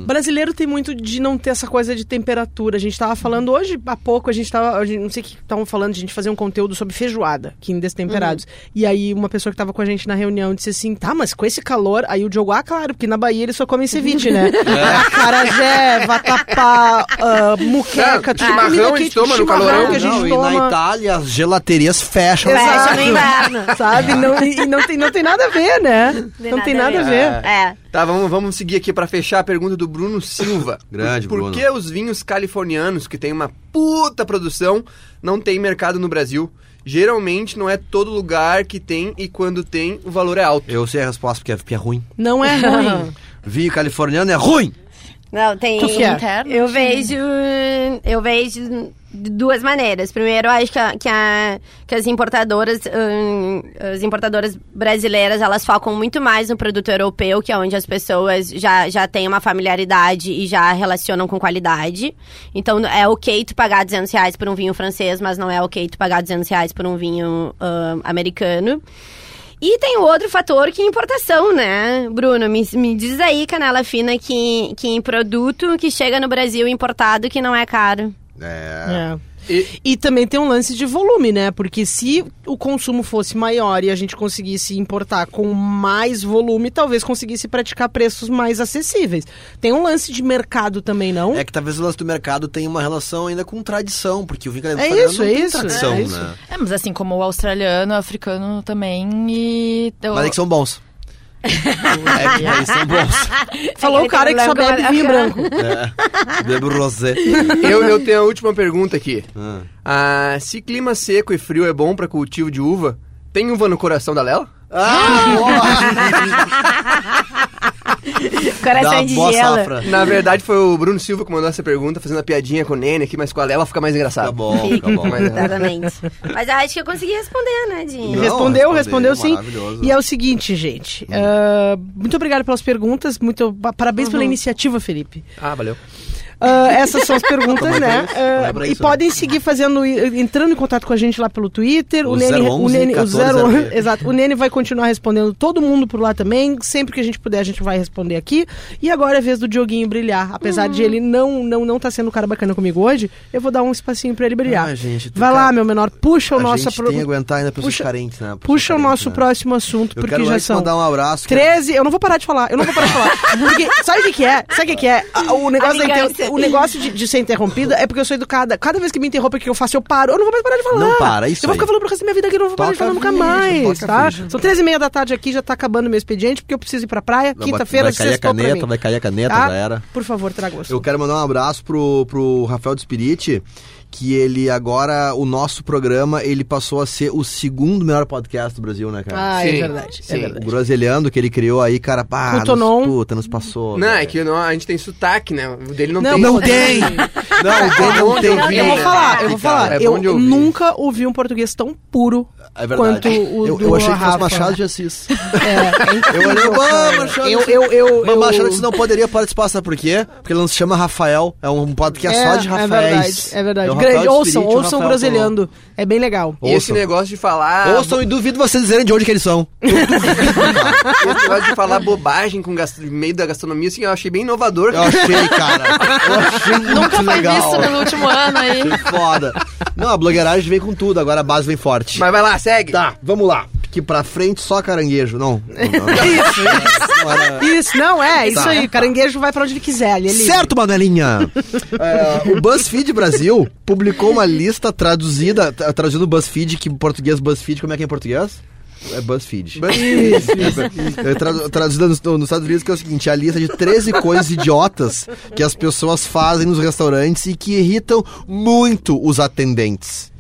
Speaker 1: Brasileiro tem muito de não ter essa coisa de temperatura. A gente tava falando hoje, há pouco, a gente tava. a gente- não sei o que estavam falando, de a gente fazer um conteúdo sobre feijoada, que em destemperados. E aí uma pessoa que tava com a gente na reunião disse assim: tá, mas com esse calor. Aí o Diogo, ah, claro, porque na Bahia eles só comem ceviche, né? Carajé, vatapá, ah, muqueca,
Speaker 3: Não,
Speaker 1: tudo
Speaker 3: chimarrão
Speaker 1: comida
Speaker 3: a gente
Speaker 1: quente,
Speaker 3: toma no
Speaker 1: chimarrão
Speaker 3: calorão.
Speaker 1: É que a gente
Speaker 2: Não,
Speaker 1: toma.
Speaker 2: E na Itália as gelaterias fecham.
Speaker 5: Exato.
Speaker 1: Exato.
Speaker 5: no inverno.
Speaker 1: Sabe? Não, e e não tem, não tem nada a ver, né?
Speaker 5: Tem
Speaker 1: não tem nada a ver.
Speaker 5: É.
Speaker 3: Tá, vamos, vamos seguir aqui pra fechar a pergunta do Bruno Silva.
Speaker 2: Grande,
Speaker 3: Por
Speaker 2: Bruno.
Speaker 3: que os vinhos californianos, que tem uma puta produção, não tem mercado no Brasil? Geralmente não é todo lugar que tem e quando tem, o valor é alto.
Speaker 2: Eu sei a resposta porque é, porque é ruim.
Speaker 1: Não é ruim.
Speaker 2: Vinho californiano é ruim.
Speaker 5: Não, tem.
Speaker 1: Que que é?
Speaker 4: Interno,
Speaker 5: Eu
Speaker 4: sim.
Speaker 5: vejo. Eu vejo de duas maneiras. Primeiro, eu acho que, a- que, a- que as importadoras. hum, as importadoras brasileiras, elas focam muito mais no produto europeu, que é onde as pessoas já, já têm uma familiaridade e já relacionam com qualidade. Então é ok tu pagar 200 reais por um vinho francês, mas não é ok tu pagar 200 reais por um vinho hum, americano. E tem o outro fator que é importação, né, Bruno? Me, me diz aí, canela fina, que, que produto que chega no Brasil importado que não é caro.
Speaker 2: É.
Speaker 1: É.
Speaker 3: E-
Speaker 1: E também tem um lance de volume, né? Porque se o consumo fosse maior e a gente conseguisse importar com mais volume, talvez conseguisse praticar preços mais acessíveis. Tem um lance de mercado também, não?
Speaker 2: É que talvez o lance do mercado tenha uma relação ainda com tradição, porque o vinho canadense
Speaker 1: É
Speaker 2: italiano
Speaker 1: isso,
Speaker 2: não
Speaker 1: é
Speaker 2: tem
Speaker 1: isso,
Speaker 2: tradição,
Speaker 1: é isso.
Speaker 2: né?
Speaker 4: É, mas assim, como o australiano, o africano também e...
Speaker 2: Mas é que são bons. é que eles são bons.
Speaker 1: Falou o
Speaker 5: ele tem
Speaker 1: cara
Speaker 5: um
Speaker 1: É que só
Speaker 5: branco,
Speaker 1: bebe
Speaker 5: mas-
Speaker 1: vinho branco.
Speaker 2: É. Bebo rosé.
Speaker 3: eu, eu tenho a última pergunta aqui.
Speaker 2: Ah.
Speaker 3: Ah, se clima seco e frio é bom pra cultivo de uva, tem uva no coração da Lela?
Speaker 2: Dá
Speaker 5: Coração
Speaker 2: uma
Speaker 5: de
Speaker 2: boa
Speaker 5: gelo.
Speaker 2: safra.
Speaker 3: Na verdade, foi o Bruno Silva que mandou essa pergunta, fazendo a piadinha com o Nene aqui, mas com a Lela fica mais engraçado.
Speaker 2: Tá bom,
Speaker 5: Fica,
Speaker 2: tá bom.
Speaker 3: Mas-
Speaker 5: Exatamente. Mas eu acho que eu consegui responder, né, Dinho?
Speaker 2: Não,
Speaker 1: respondeu,
Speaker 2: respondeu,
Speaker 1: respondeu sim.
Speaker 2: maravilhoso.
Speaker 1: E é o seguinte, gente. ah, muito obrigado pelas perguntas. Muito parabéns pela iniciativa, Felipe.
Speaker 3: Ah, valeu.
Speaker 1: Ah, essas são as perguntas, né?
Speaker 2: pra é isso,
Speaker 1: Ah,
Speaker 2: tamo pra
Speaker 1: e
Speaker 2: isso,
Speaker 1: podem seguir fazendo, entrando em contato com a gente lá pelo Twitter.
Speaker 2: O
Speaker 1: Nene,
Speaker 2: 011,
Speaker 1: o Nene, o
Speaker 2: 14,
Speaker 1: exato. O Nene vai continuar respondendo todo mundo por lá também. Sempre que a gente puder, a gente vai responder aqui. E agora é vez do Dioguinho brilhar. Apesar de ele não, não, não tá sendo um cara bacana comigo hoje, eu vou dar um espacinho pra ele brilhar.
Speaker 2: Ah, gente, tu
Speaker 1: vai
Speaker 2: cara-
Speaker 1: lá, meu menor, puxa o
Speaker 2: a
Speaker 1: nosso
Speaker 2: gente
Speaker 1: pro-
Speaker 2: tem que aguentar ainda pessoas
Speaker 1: puxa-
Speaker 2: carentes, né? Pessoas
Speaker 1: Puxa o
Speaker 2: carentes,
Speaker 1: nosso
Speaker 2: né?
Speaker 1: próximo assunto,
Speaker 2: Eu
Speaker 1: porque
Speaker 2: quero
Speaker 1: já
Speaker 2: antes
Speaker 1: são.
Speaker 2: mandar um abraço. cara.
Speaker 1: 13, eu não vou parar de falar, eu não vou parar de falar. Porque, sabe o que, que é? Sabe o que, que é? A- O negócio, da inter-
Speaker 5: vingança.
Speaker 1: o negócio de, de ser interrompida é porque eu sou educada. Cada vez que me interrompe o que eu faço, eu paro. Eu não vou mais parar de falar.
Speaker 2: Não para, isso
Speaker 1: Eu vou ficar
Speaker 2: aí.
Speaker 1: falando pro resto da minha vida que eu não vou parar de
Speaker 2: Toca
Speaker 1: falar nunca
Speaker 2: a ficha,
Speaker 1: mais,
Speaker 2: toca a
Speaker 1: tá?
Speaker 2: ficha.
Speaker 1: São 13 e meia da tarde aqui, já tá acabando o meu expediente, porque eu preciso ir pra praia.
Speaker 2: Vai-
Speaker 1: Quinta-feira,
Speaker 2: Vai cair a
Speaker 1: sextou pra mim.
Speaker 2: caneta, vai cair a caneta,
Speaker 1: tá?
Speaker 2: já era.
Speaker 1: Por favor, traga o assunto.
Speaker 2: Eu quero mandar um abraço pro, pro Rafael do Spirit, que ele agora, o nosso programa, ele passou a ser o segundo melhor podcast do Brasil, né, cara?
Speaker 1: Ah, é
Speaker 3: Sim,
Speaker 1: verdade, é
Speaker 3: sim.
Speaker 1: verdade.
Speaker 2: O Groselhando que ele criou aí, cara, pá,
Speaker 1: Com o
Speaker 2: nos-
Speaker 1: Tonon.
Speaker 2: puta, nos passou.
Speaker 3: Não,
Speaker 2: velho.
Speaker 3: é que não- a gente tem sotaque, né? O dele não,
Speaker 1: Não,
Speaker 3: tem.
Speaker 1: não
Speaker 2: tem! Não, o dele não tem.
Speaker 1: Eu vou
Speaker 2: velho.
Speaker 1: falar, eu vou
Speaker 2: Cara,
Speaker 1: falar.
Speaker 3: é bom de
Speaker 1: eu
Speaker 3: ouvir.
Speaker 1: nunca ouvi um português tão puro
Speaker 2: É verdade.
Speaker 1: quanto o
Speaker 2: eu,
Speaker 1: do
Speaker 2: eu achei que
Speaker 1: Rafa.
Speaker 2: fosse Machado de Assis.
Speaker 1: É, é
Speaker 2: Eu olhei,
Speaker 1: incrível,
Speaker 2: "Bah,
Speaker 1: cara.
Speaker 2: Machado
Speaker 1: eu,
Speaker 2: de-
Speaker 1: eu, eu,
Speaker 2: Mas
Speaker 1: eu-
Speaker 2: Machado de Assis não poderia participar, sabe por quê? Porque ele não se chama Rafael, é um podcast só de Rafael.
Speaker 1: É verdade, é verdade.
Speaker 2: o Rafael
Speaker 1: Grande,
Speaker 2: do
Speaker 1: ouçam,
Speaker 2: Spirit, o
Speaker 1: ouçam
Speaker 2: Rafael
Speaker 1: Groselhando. É bem legal.
Speaker 3: E esse
Speaker 2: Ouçam.
Speaker 3: negócio de falar.
Speaker 2: Tonon. Ouçam e duvido vocês dizerem de onde que eles são.
Speaker 3: Esse negócio de falar bobagem com gastro- no meio da gastronomia, assim, eu achei bem inovador.
Speaker 2: Eu achei, cara. Eu achei é muito
Speaker 4: Nunca foi
Speaker 2: legal.
Speaker 4: visto
Speaker 1: né,
Speaker 4: pelo último ano aí.
Speaker 2: Que foda. Não, a blogueiragem vem com tudo, agora a base vem forte.
Speaker 3: Mas vai lá, segue.
Speaker 2: Tá, vamos lá. Que pra frente só caranguejo. Não. não, não, não.
Speaker 1: Isso,
Speaker 2: Não era-
Speaker 1: isso, não é, isso
Speaker 2: Tá.
Speaker 1: aí. Caranguejo vai pra onde ele quiser. Ali, é ali.
Speaker 2: Certo, Manuelinha! É, o BuzzFeed Brasil publicou uma lista traduzida, tra- traduzindo o BuzzFeed, que em português, BuzzFeed, como é que é em português? É BuzzFeed. É, tra- traduzida nos, nos Estados Unidos, que é o seguinte, a lista de 13 coisas idiotas que as pessoas fazem nos restaurantes e que irritam muito os atendentes.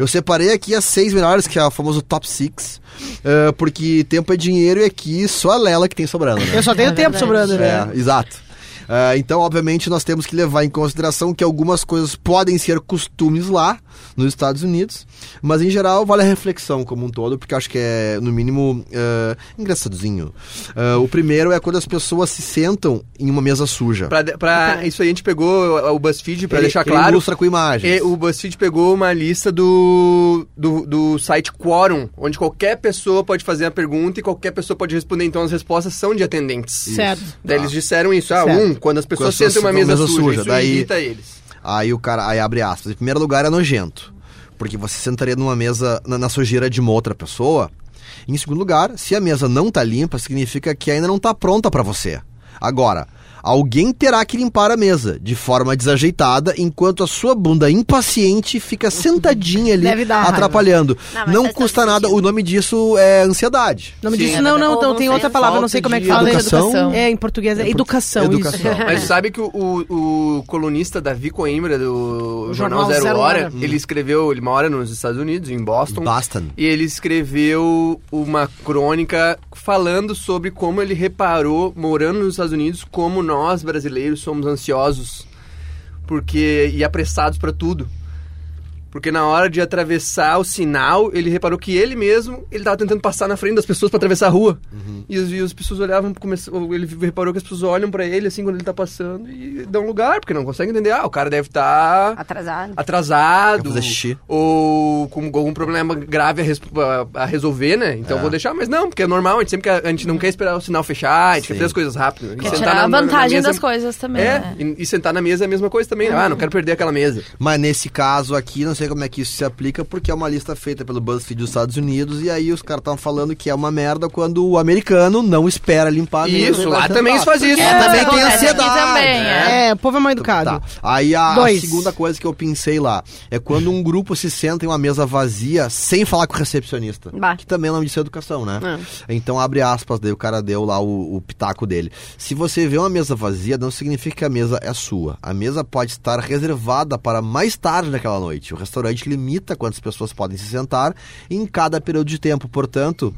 Speaker 2: Eu separei aqui as seis melhores, que é o famoso top six, é, porque tempo é dinheiro e aqui só a Lela que tem sobrando, né?
Speaker 1: Eu só tenho
Speaker 4: É
Speaker 1: tempo
Speaker 4: verdade.
Speaker 1: sobrando, né?
Speaker 2: É, exato. Ah, então, obviamente, nós temos que levar em consideração que algumas coisas podem ser costumes lá, nos Estados Unidos, mas em geral vale a reflexão como um todo, porque eu acho que é, no mínimo, ah, engraçadinho. Ah, o primeiro é quando as pessoas se sentam em uma mesa suja.
Speaker 3: Pra, pra- isso aí a gente pegou o BuzzFeed pra
Speaker 2: Ele-
Speaker 3: deixar
Speaker 2: ele
Speaker 3: claro.
Speaker 2: ilustra com imagens.
Speaker 3: E o BuzzFeed pegou uma lista do, do, do site Quorum, onde qualquer pessoa pode fazer a pergunta e qualquer pessoa pode responder. Então as respostas são de atendentes.
Speaker 1: Certo.
Speaker 3: Daí eles disseram isso. Ah,
Speaker 1: Certo.
Speaker 3: um, quando as pessoas
Speaker 2: Tá. Quando as pessoas
Speaker 3: sentam em
Speaker 2: sentam
Speaker 3: uma mesa,
Speaker 2: na mesa
Speaker 3: suja,
Speaker 2: suja,
Speaker 3: isso
Speaker 2: daí-
Speaker 3: irrita eles.
Speaker 2: Aí o cara, aí abre aspas. Em primeiro lugar é nojento, porque você sentaria numa mesa na, na sujeira de uma outra pessoa. Em segundo lugar, se a mesa não tá limpa, significa que ainda não tá pronta pra você. Agora, alguém terá que limpar a mesa de forma desajeitada, enquanto a sua bunda impaciente fica sentadinha ali
Speaker 1: Deve dar raiva.
Speaker 2: atrapalhando.
Speaker 5: Não, mas
Speaker 2: Não,
Speaker 5: faz todo
Speaker 2: custa nada,
Speaker 5: sentido.
Speaker 2: o nome disso é ansiedade.
Speaker 1: Não me
Speaker 3: Sim.
Speaker 4: é
Speaker 1: disse, não, não,
Speaker 5: Ou
Speaker 1: então
Speaker 5: não
Speaker 1: tem
Speaker 5: sei,
Speaker 1: outra palavra, não sei como é que
Speaker 2: falta
Speaker 1: fala.
Speaker 2: de educação.
Speaker 1: É, em português é,
Speaker 2: por-
Speaker 1: educação,
Speaker 2: educação.
Speaker 1: isso.
Speaker 3: Mas sabe que o, o, o colunista Davi Coimbra, do
Speaker 1: O
Speaker 3: Jornal,
Speaker 1: jornal
Speaker 3: Zero,
Speaker 1: Zero
Speaker 3: Hora,
Speaker 1: Hora.
Speaker 3: ele escreveu, ele mora nos Estados Unidos, em Boston.
Speaker 2: Boston.
Speaker 3: E ele escreveu uma crônica falando sobre como ele reparou, morando nos Estados Unidos, como nós brasileiros somos ansiosos porque e apressados pra tudo. Porque na hora de atravessar o sinal, ele reparou que ele mesmo, ele tava tentando passar na frente das pessoas para atravessar a rua. E, as, e as pessoas olhavam, começa- ou ele reparou que as pessoas olham para ele assim quando ele tá passando e dão lugar, porque não conseguem entender. Ah, o cara deve estar
Speaker 5: Atrasado.
Speaker 3: atrasado
Speaker 2: Quer fazer xixi.
Speaker 3: ou com algum problema grave a, res- a- a resolver, né? Então
Speaker 2: É.
Speaker 3: vou deixar, mas não, porque é normal, a gente sempre quer, a gente não quer esperar o sinal fechar, a gente quer
Speaker 2: Sim.
Speaker 3: fazer as coisas rápido. E
Speaker 4: Quer
Speaker 3: sentar
Speaker 4: tirar
Speaker 3: na- na-
Speaker 4: a
Speaker 3: na
Speaker 4: vantagem
Speaker 3: mesa-
Speaker 4: das coisas também.
Speaker 3: É,
Speaker 4: né?
Speaker 3: e, e sentar na mesa é a mesma coisa também. Ah, não quero perder aquela mesa.
Speaker 2: Mas nesse caso aqui, não sei como é que isso se aplica, porque é uma lista feita pelo BuzzFeed dos Estados Unidos, e aí os caras estão falando que é uma merda quando o americano Ah, não espera limpar né? a mesa.
Speaker 3: Isso, lá também se faz isso.
Speaker 2: Lá também tem
Speaker 4: Acontece aqui
Speaker 2: ansiedade.
Speaker 4: também, é.
Speaker 1: É, o povo é mais educado.
Speaker 2: Tá. Aí a, a
Speaker 1: Dois.
Speaker 2: segunda coisa que eu pensei lá é quando um grupo se senta em uma mesa vazia sem falar com o recepcionista.
Speaker 5: Bah.
Speaker 2: Que também é nome disso é educação, né? Então abre aspas, daí o cara deu lá o, o pitaco dele. Se você vê uma mesa vazia, não significa que a mesa é sua. A mesa pode estar reservada para mais tarde naquela noite. O restaurante limita quantas pessoas podem se sentar em cada período de tempo. Portanto,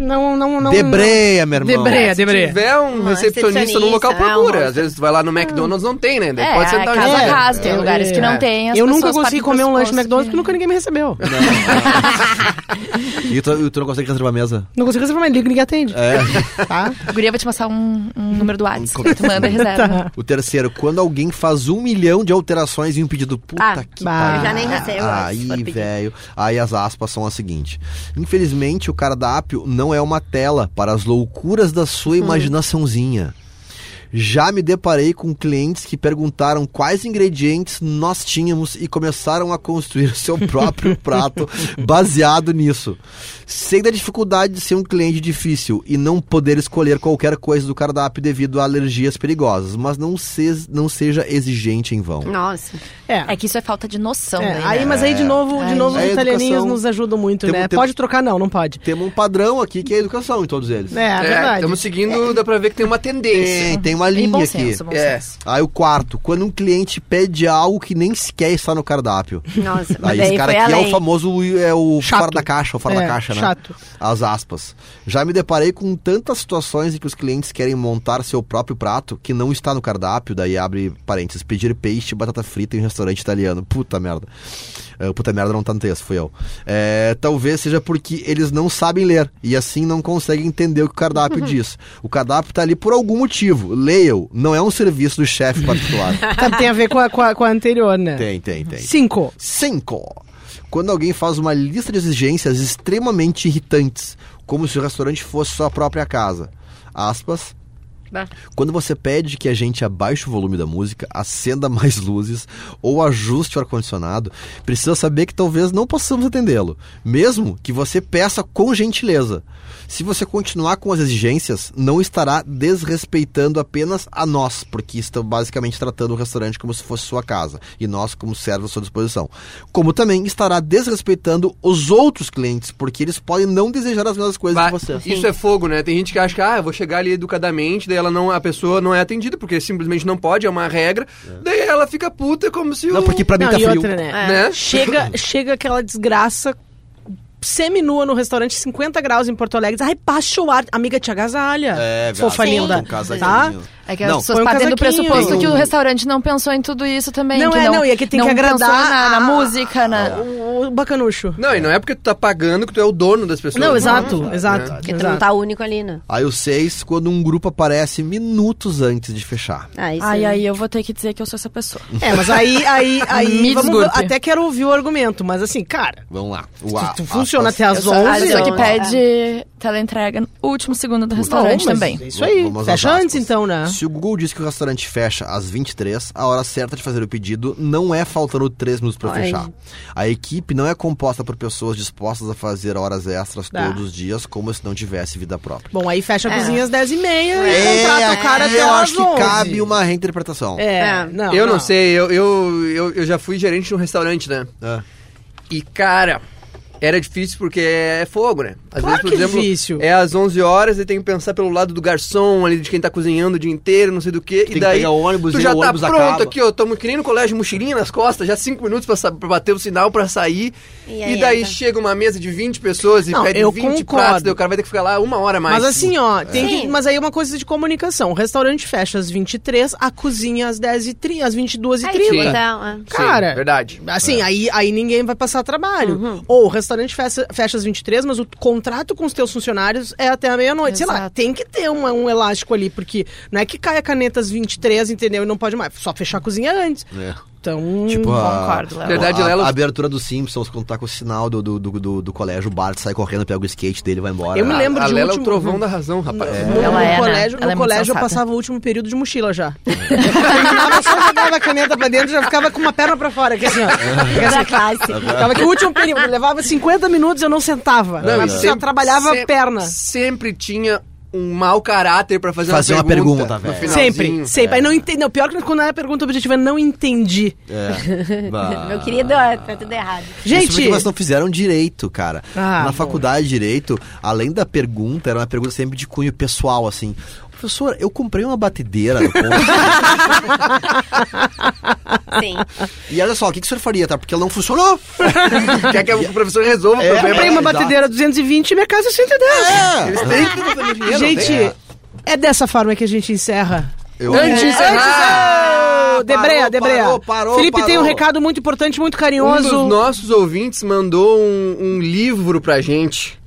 Speaker 1: Não, não, não.
Speaker 2: debreia, meu irmão.
Speaker 1: Debreia,
Speaker 4: É.
Speaker 3: Se
Speaker 1: debreia.
Speaker 3: tiver um
Speaker 5: Um
Speaker 3: recepcionista no local,
Speaker 5: recepcionista, é
Speaker 3: procura.
Speaker 5: um
Speaker 3: Às vezes tu vai lá no McDonald's, não tem, né? Daí
Speaker 4: É,
Speaker 3: pode sentar
Speaker 4: casa
Speaker 3: onde
Speaker 4: a
Speaker 3: quiser.
Speaker 4: casa, tem
Speaker 1: É.
Speaker 4: lugares que
Speaker 1: É.
Speaker 4: não tem. as né?
Speaker 1: Eu nunca
Speaker 4: pessoas
Speaker 1: consegui comer
Speaker 4: partem
Speaker 1: um lanche no
Speaker 4: pressuposto
Speaker 1: McDonald's porque nunca ninguém me recebeu.
Speaker 2: E tu, e tu não consegue reservar a mesa?
Speaker 1: Não consigo receber, mas liga ninguém atende.
Speaker 2: É.
Speaker 1: Tá?
Speaker 4: que- Guria, vou te passar um,
Speaker 2: Hum.
Speaker 4: um número do WhatsApp.
Speaker 2: Qualquer
Speaker 4: tu manda e reserva.
Speaker 2: O terceiro, quando alguém faz um milhão de alterações em um pedido. Puta
Speaker 5: Ah,
Speaker 2: que
Speaker 1: bah.
Speaker 2: pariu.
Speaker 1: Eu já nem
Speaker 5: recebo, né, se for
Speaker 2: Aí,
Speaker 5: pedir.
Speaker 2: velho. Aí as aspas são a seguinte: Infelizmente, o cardápio não é uma tela para as loucuras da sua
Speaker 5: Hum.
Speaker 2: imaginaçãozinha. Já me deparei com clientes que perguntaram quais ingredientes nós tínhamos e começaram a construir seu próprio prato baseado nisso. Sei da dificuldade de ser um cliente difícil e não poder escolher qualquer coisa do cardápio devido a alergias perigosas, mas não, se, não seja exigente em vão.
Speaker 5: Nossa.
Speaker 1: É.
Speaker 4: É que isso é falta de noção.
Speaker 1: É,
Speaker 4: daí, né?
Speaker 1: aí, mas aí de novo, de
Speaker 4: É.
Speaker 1: novo
Speaker 2: É
Speaker 1: os
Speaker 2: educação.
Speaker 1: italianinhos nos ajudam muito,
Speaker 2: Tem um-
Speaker 1: né?
Speaker 2: tem um-
Speaker 1: Pode trocar, não, não pode.
Speaker 2: Temos um padrão aqui que é a educação em todos eles.
Speaker 1: É, é
Speaker 3: É,
Speaker 1: verdade.
Speaker 3: estamos seguindo, dá pra ver que tem uma tendência.
Speaker 2: Tem, tem uma
Speaker 4: E
Speaker 2: linha
Speaker 4: bom
Speaker 2: aqui.
Speaker 4: senso, bom
Speaker 3: É.
Speaker 4: senso.
Speaker 2: Aí o quarto, quando um cliente pede algo que nem sequer está no cardápio.
Speaker 5: Nossa.
Speaker 2: Aí
Speaker 5: daí
Speaker 2: esse cara
Speaker 5: foi
Speaker 2: aqui é
Speaker 5: além.
Speaker 2: o famoso é o
Speaker 1: Chato.
Speaker 2: fora da caixa, o fora
Speaker 1: É,
Speaker 2: da caixa, né?
Speaker 1: chato.
Speaker 2: As aspas. Já me deparei com tantas situações em que os clientes querem montar seu próprio prato que não está no cardápio, daí abre parênteses, pedir peixe e batata frita em um restaurante italiano. Puta merda. É, puta merda não tá no texto, fui eu. É, talvez seja porque eles não sabem ler e assim não conseguem entender o que o cardápio diz. O cardápio tá ali por algum motivo. Leiam, não é um serviço do chefe particular.
Speaker 1: Tá, tem a ver com a, com a- com a anterior, né?
Speaker 2: tem, tem, tem.
Speaker 1: Cinco.
Speaker 2: 5. Quando alguém faz uma lista de exigências extremamente irritantes, como se o restaurante fosse sua própria casa. Aspas.
Speaker 1: Tá.
Speaker 5: Bah.
Speaker 2: Quando você pede que a gente abaixe o volume da música, acenda mais luzes ou ajuste o ar-condicionado, precisa saber que talvez não possamos atendê-lo, mesmo que você peça com gentileza. Se você continuar com as exigências, não estará desrespeitando apenas a nós, porque estão basicamente tratando o restaurante como se fosse sua casa e nós como servos à sua disposição. Como também estará desrespeitando os outros clientes, porque eles podem não desejar as mesmas coisas
Speaker 3: Vai-
Speaker 2: que você.
Speaker 1: assim.
Speaker 3: Isso é fogo, né? Tem gente que acha que, ah, eu vou chegar ali educadamente, daí ela não, a pessoa não é atendida, porque simplesmente não pode, é uma regra. Daí ela fica puta como se
Speaker 2: Não,
Speaker 3: o-
Speaker 2: porque pra mim
Speaker 1: não,
Speaker 2: tá
Speaker 1: e
Speaker 2: frio.
Speaker 1: outra, né?
Speaker 3: Né?
Speaker 1: Chega, chega aquela desgraça seminua no restaurante, 50 graus em Porto Alegre. Ai, baixa o ar. Amiga, te agasalha.
Speaker 2: É,
Speaker 1: Fofa
Speaker 5: Sim.
Speaker 1: linda.
Speaker 5: Um
Speaker 1: É, Tá?
Speaker 4: É que as
Speaker 2: Não,
Speaker 4: pessoas
Speaker 1: põe um
Speaker 4: partem do
Speaker 1: casaquinho.
Speaker 4: pressuposto que
Speaker 2: Tem
Speaker 4: o
Speaker 2: um-
Speaker 4: restaurante não pensou em tudo isso também.
Speaker 1: Não,
Speaker 4: que
Speaker 1: é,
Speaker 4: não,
Speaker 1: não, e é que tem
Speaker 4: não
Speaker 1: que agradar
Speaker 4: pensou na, na
Speaker 1: a-
Speaker 4: música,
Speaker 2: Ah.
Speaker 4: na...
Speaker 1: O, o bacanucho.
Speaker 3: Não, e não é porque tu tá pagando que tu é o dono das pessoas.
Speaker 1: Não,
Speaker 3: né?
Speaker 1: exato,
Speaker 2: é
Speaker 1: exato.
Speaker 5: Porque tu não
Speaker 1: exato.
Speaker 5: tá único ali, né?
Speaker 2: Aí o 6, quando um grupo aparece minutos antes de fechar.
Speaker 5: Ah, isso
Speaker 4: Ai,
Speaker 5: aí.
Speaker 4: ai, eu vou ter que dizer que eu sou essa pessoa.
Speaker 1: É, mas aí, aí, aí.
Speaker 4: Me
Speaker 1: vamos ver-
Speaker 4: desculpe.
Speaker 1: até quero ouvir o argumento, mas assim, cara,
Speaker 2: Vamos lá. O
Speaker 1: tu-
Speaker 2: a-
Speaker 1: tu funciona
Speaker 2: aspas- É
Speaker 1: até
Speaker 4: Eu
Speaker 1: as
Speaker 4: sou a
Speaker 1: 11.
Speaker 4: pessoa que
Speaker 5: né?
Speaker 4: pede teleentrega no último segundo do restaurante
Speaker 1: mas
Speaker 4: também.
Speaker 1: é Isso aí.
Speaker 2: Vamos às
Speaker 1: Fecha
Speaker 2: aspas.
Speaker 1: antes, então, né?
Speaker 2: Se o Google diz que o restaurante fecha às 23, a hora certa de fazer o pedido não é faltando 3 minutos para
Speaker 5: Ai.
Speaker 2: fechar. A equipe não é composta por pessoas dispostas a fazer horas extras
Speaker 1: Tá.
Speaker 2: todos os dias, como se não tivesse vida própria.
Speaker 1: Bom, aí fecha a cozinha às 10h30 e,
Speaker 2: É,
Speaker 1: contrata o cara
Speaker 2: aqui
Speaker 1: até
Speaker 2: eu
Speaker 1: às
Speaker 2: acho que
Speaker 1: 11.
Speaker 2: cabe uma reinterpretação.
Speaker 1: É,
Speaker 5: É.
Speaker 1: não.
Speaker 3: eu não, sei, eu, eu, eu, eu já fui gerente de um restaurante, né?
Speaker 2: É.
Speaker 3: E, cara, Era difícil porque é fogo, né? Às
Speaker 1: Claro
Speaker 3: vezes, por
Speaker 1: que é
Speaker 3: exemplo,
Speaker 1: difícil.
Speaker 3: é às 11 horas e tem que pensar pelo lado do garçom, ali de quem tá cozinhando o dia inteiro, não sei do quê.
Speaker 2: Tem
Speaker 3: e
Speaker 2: que
Speaker 3: daí
Speaker 2: pegar o ônibus,
Speaker 3: tu
Speaker 2: e
Speaker 3: já
Speaker 2: o
Speaker 3: tá
Speaker 2: ônibus
Speaker 3: pronto
Speaker 2: acaba.
Speaker 3: aqui, ó, tamo que nem no colégio, mochilinha nas costas, já cinco minutos pra, sa- pra bater o sinal pra sair.
Speaker 5: E
Speaker 3: E,
Speaker 5: aí
Speaker 3: daí
Speaker 5: entra.
Speaker 3: chega uma mesa de 20 pessoas e
Speaker 1: Não,
Speaker 3: pede
Speaker 1: eu
Speaker 3: 20 pratos,
Speaker 1: concordo.
Speaker 3: daí o cara vai ter que ficar lá uma hora a mais.
Speaker 1: Mas assim, ó, tem
Speaker 5: Sim.
Speaker 1: que- mas aí é uma coisa de comunicação. O restaurante fecha às 23, a cozinha às 10h30, às 22h30.
Speaker 3: Sim.
Speaker 5: então, é.
Speaker 3: Sim,
Speaker 1: cara.
Speaker 3: Verdade.
Speaker 2: É.
Speaker 1: Assim, aí, aí ninguém vai passar trabalho. Ou o restaurante fecha, fecha às 23, mas o contrato com os teus funcionários é até a meia-noite. Sei lá,
Speaker 4: Exato.
Speaker 1: tem que ter um, um elástico ali, porque não é que cai a caneta às 23, entendeu? E não pode mais. Só fechar a cozinha antes.
Speaker 2: É.
Speaker 1: Então.
Speaker 2: Tipo a,
Speaker 4: concordo, Léo.
Speaker 3: Verdade,
Speaker 2: a,
Speaker 3: Léo.
Speaker 2: a abertura dos Simpsons, quando tá com o sinal do, do, do, do- do colégio, o Bart sai correndo, pega o skate dele e vai embora.
Speaker 1: Eu me lembro
Speaker 3: a
Speaker 1: de um
Speaker 3: Lela é o
Speaker 1: último-
Speaker 3: trovão da razão, rapaz.
Speaker 1: No,
Speaker 4: Ela
Speaker 1: no
Speaker 4: é, né?
Speaker 1: colégio,
Speaker 4: Ela é
Speaker 1: no
Speaker 4: muito
Speaker 1: colégio eu
Speaker 4: sensata.
Speaker 1: passava o último período de mochila já. Terminava, só jogava a caneta pra dentro, já ficava com uma perna pra fora, que assim, ó. Que assim, Tava que o último período, levava 50 minutos, eu não sentava.
Speaker 3: Não, e
Speaker 1: mas só
Speaker 3: sempre-
Speaker 1: trabalhava
Speaker 3: sempre-
Speaker 1: a perna.
Speaker 3: Sempre tinha um mau caráter pra fazer,
Speaker 2: Fazer
Speaker 3: uma
Speaker 2: uma
Speaker 3: pergunta.
Speaker 2: pergunta,
Speaker 3: no
Speaker 2: velho.
Speaker 3: finalzinho.
Speaker 1: Sempre, sempre. Aí não entendi. O pior que quando era pergunta objetiva, eu não entendi.
Speaker 2: É. Bah.
Speaker 5: Meu querido, é, tá tudo errado.
Speaker 2: Isso é porque
Speaker 1: Gente,
Speaker 2: elas não fizeram direito, cara.
Speaker 1: Ah,
Speaker 2: Na
Speaker 1: bom.
Speaker 2: faculdade de direito, além da pergunta, era uma pergunta sempre de cunho pessoal, assim. Professor, eu comprei uma batedeira no ponto.
Speaker 5: Sim.
Speaker 2: e olha só, o que, que o senhor faria, tá? Porque ela não funcionou.
Speaker 3: Quer que o professor resolva o
Speaker 2: É.
Speaker 3: problema.
Speaker 1: comprei uma
Speaker 2: Exato.
Speaker 1: batedeira 220 e minha casa é 110.
Speaker 2: É.
Speaker 3: Eles têm que fazer dinheiro,
Speaker 1: Gente,
Speaker 3: né?
Speaker 1: é dessa forma que a gente encerra.
Speaker 2: Eu-
Speaker 3: Antes-
Speaker 2: É.
Speaker 3: Ah,
Speaker 1: Ô, Debreia,
Speaker 2: parou,
Speaker 1: Debreia.
Speaker 2: parou, parou,
Speaker 1: Felipe tem um
Speaker 2: parou.
Speaker 1: recado muito importante, muito
Speaker 3: um
Speaker 1: carinhoso.
Speaker 3: dos nossos ouvintes mandou um, um livro pra gente.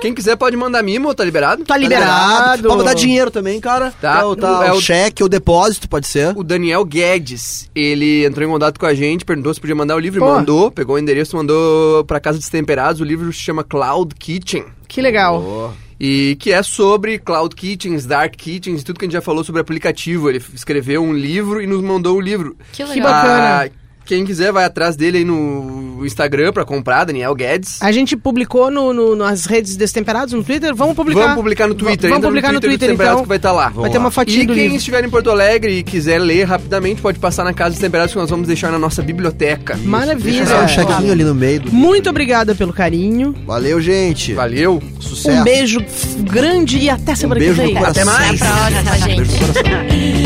Speaker 3: Quem quiser pode mandar mimo, tá liberado?
Speaker 1: Tá liberado.
Speaker 2: Pode dar dinheiro também, cara.
Speaker 3: Tá.
Speaker 2: É o, tá,
Speaker 3: É
Speaker 2: o
Speaker 3: o-
Speaker 2: cheque, o depósito, pode ser.
Speaker 3: O Daniel Guedes, ele entrou em contato com a gente, perguntou se podia mandar o livro,
Speaker 1: Pô.
Speaker 3: mandou, pegou o endereço, mandou pra Casa Destemperados, o livro se chama Cloud Kitchen.
Speaker 1: Que legal.
Speaker 3: E que é sobre Cloud Kitchens, Dark Kitchens, tudo que a gente já falou sobre aplicativo. Ele escreveu um livro e nos mandou o livro.
Speaker 4: Que
Speaker 1: Que
Speaker 4: legal.
Speaker 1: bacana.
Speaker 3: Ah, quem quiser vai atrás dele aí no Instagram pra comprar, Daniel Guedes.
Speaker 1: A gente publicou no, no- nas redes Destemperados, no Twitter. Vamos publicar.
Speaker 3: Vamos publicar no Twitter.
Speaker 1: Vamos
Speaker 3: Entra
Speaker 1: publicar no
Speaker 3: do
Speaker 1: Twitter,
Speaker 3: Destemperados
Speaker 1: então.
Speaker 3: que vai estar lá.
Speaker 1: Vai ter uma fatia
Speaker 3: E
Speaker 1: do
Speaker 3: quem
Speaker 1: livro.
Speaker 3: estiver em Porto Alegre e quiser ler rapidamente, pode passar na Casa dos Temperados que nós vamos deixar na nossa biblioteca.
Speaker 1: Maravilha.
Speaker 2: Deixa eu dar um
Speaker 1: É.
Speaker 2: chequinho ali no meio. do-
Speaker 1: Muito obrigada pelo carinho.
Speaker 2: Valeu, gente.
Speaker 3: Valeu.
Speaker 2: Sucesso.
Speaker 3: Um
Speaker 1: Um beijo grande e até semana
Speaker 2: beijo
Speaker 1: que
Speaker 2: no
Speaker 1: vem.
Speaker 2: coração.
Speaker 3: Até mais.
Speaker 2: Ah.
Speaker 4: Até a próxima, gente.
Speaker 2: Beijo no coração.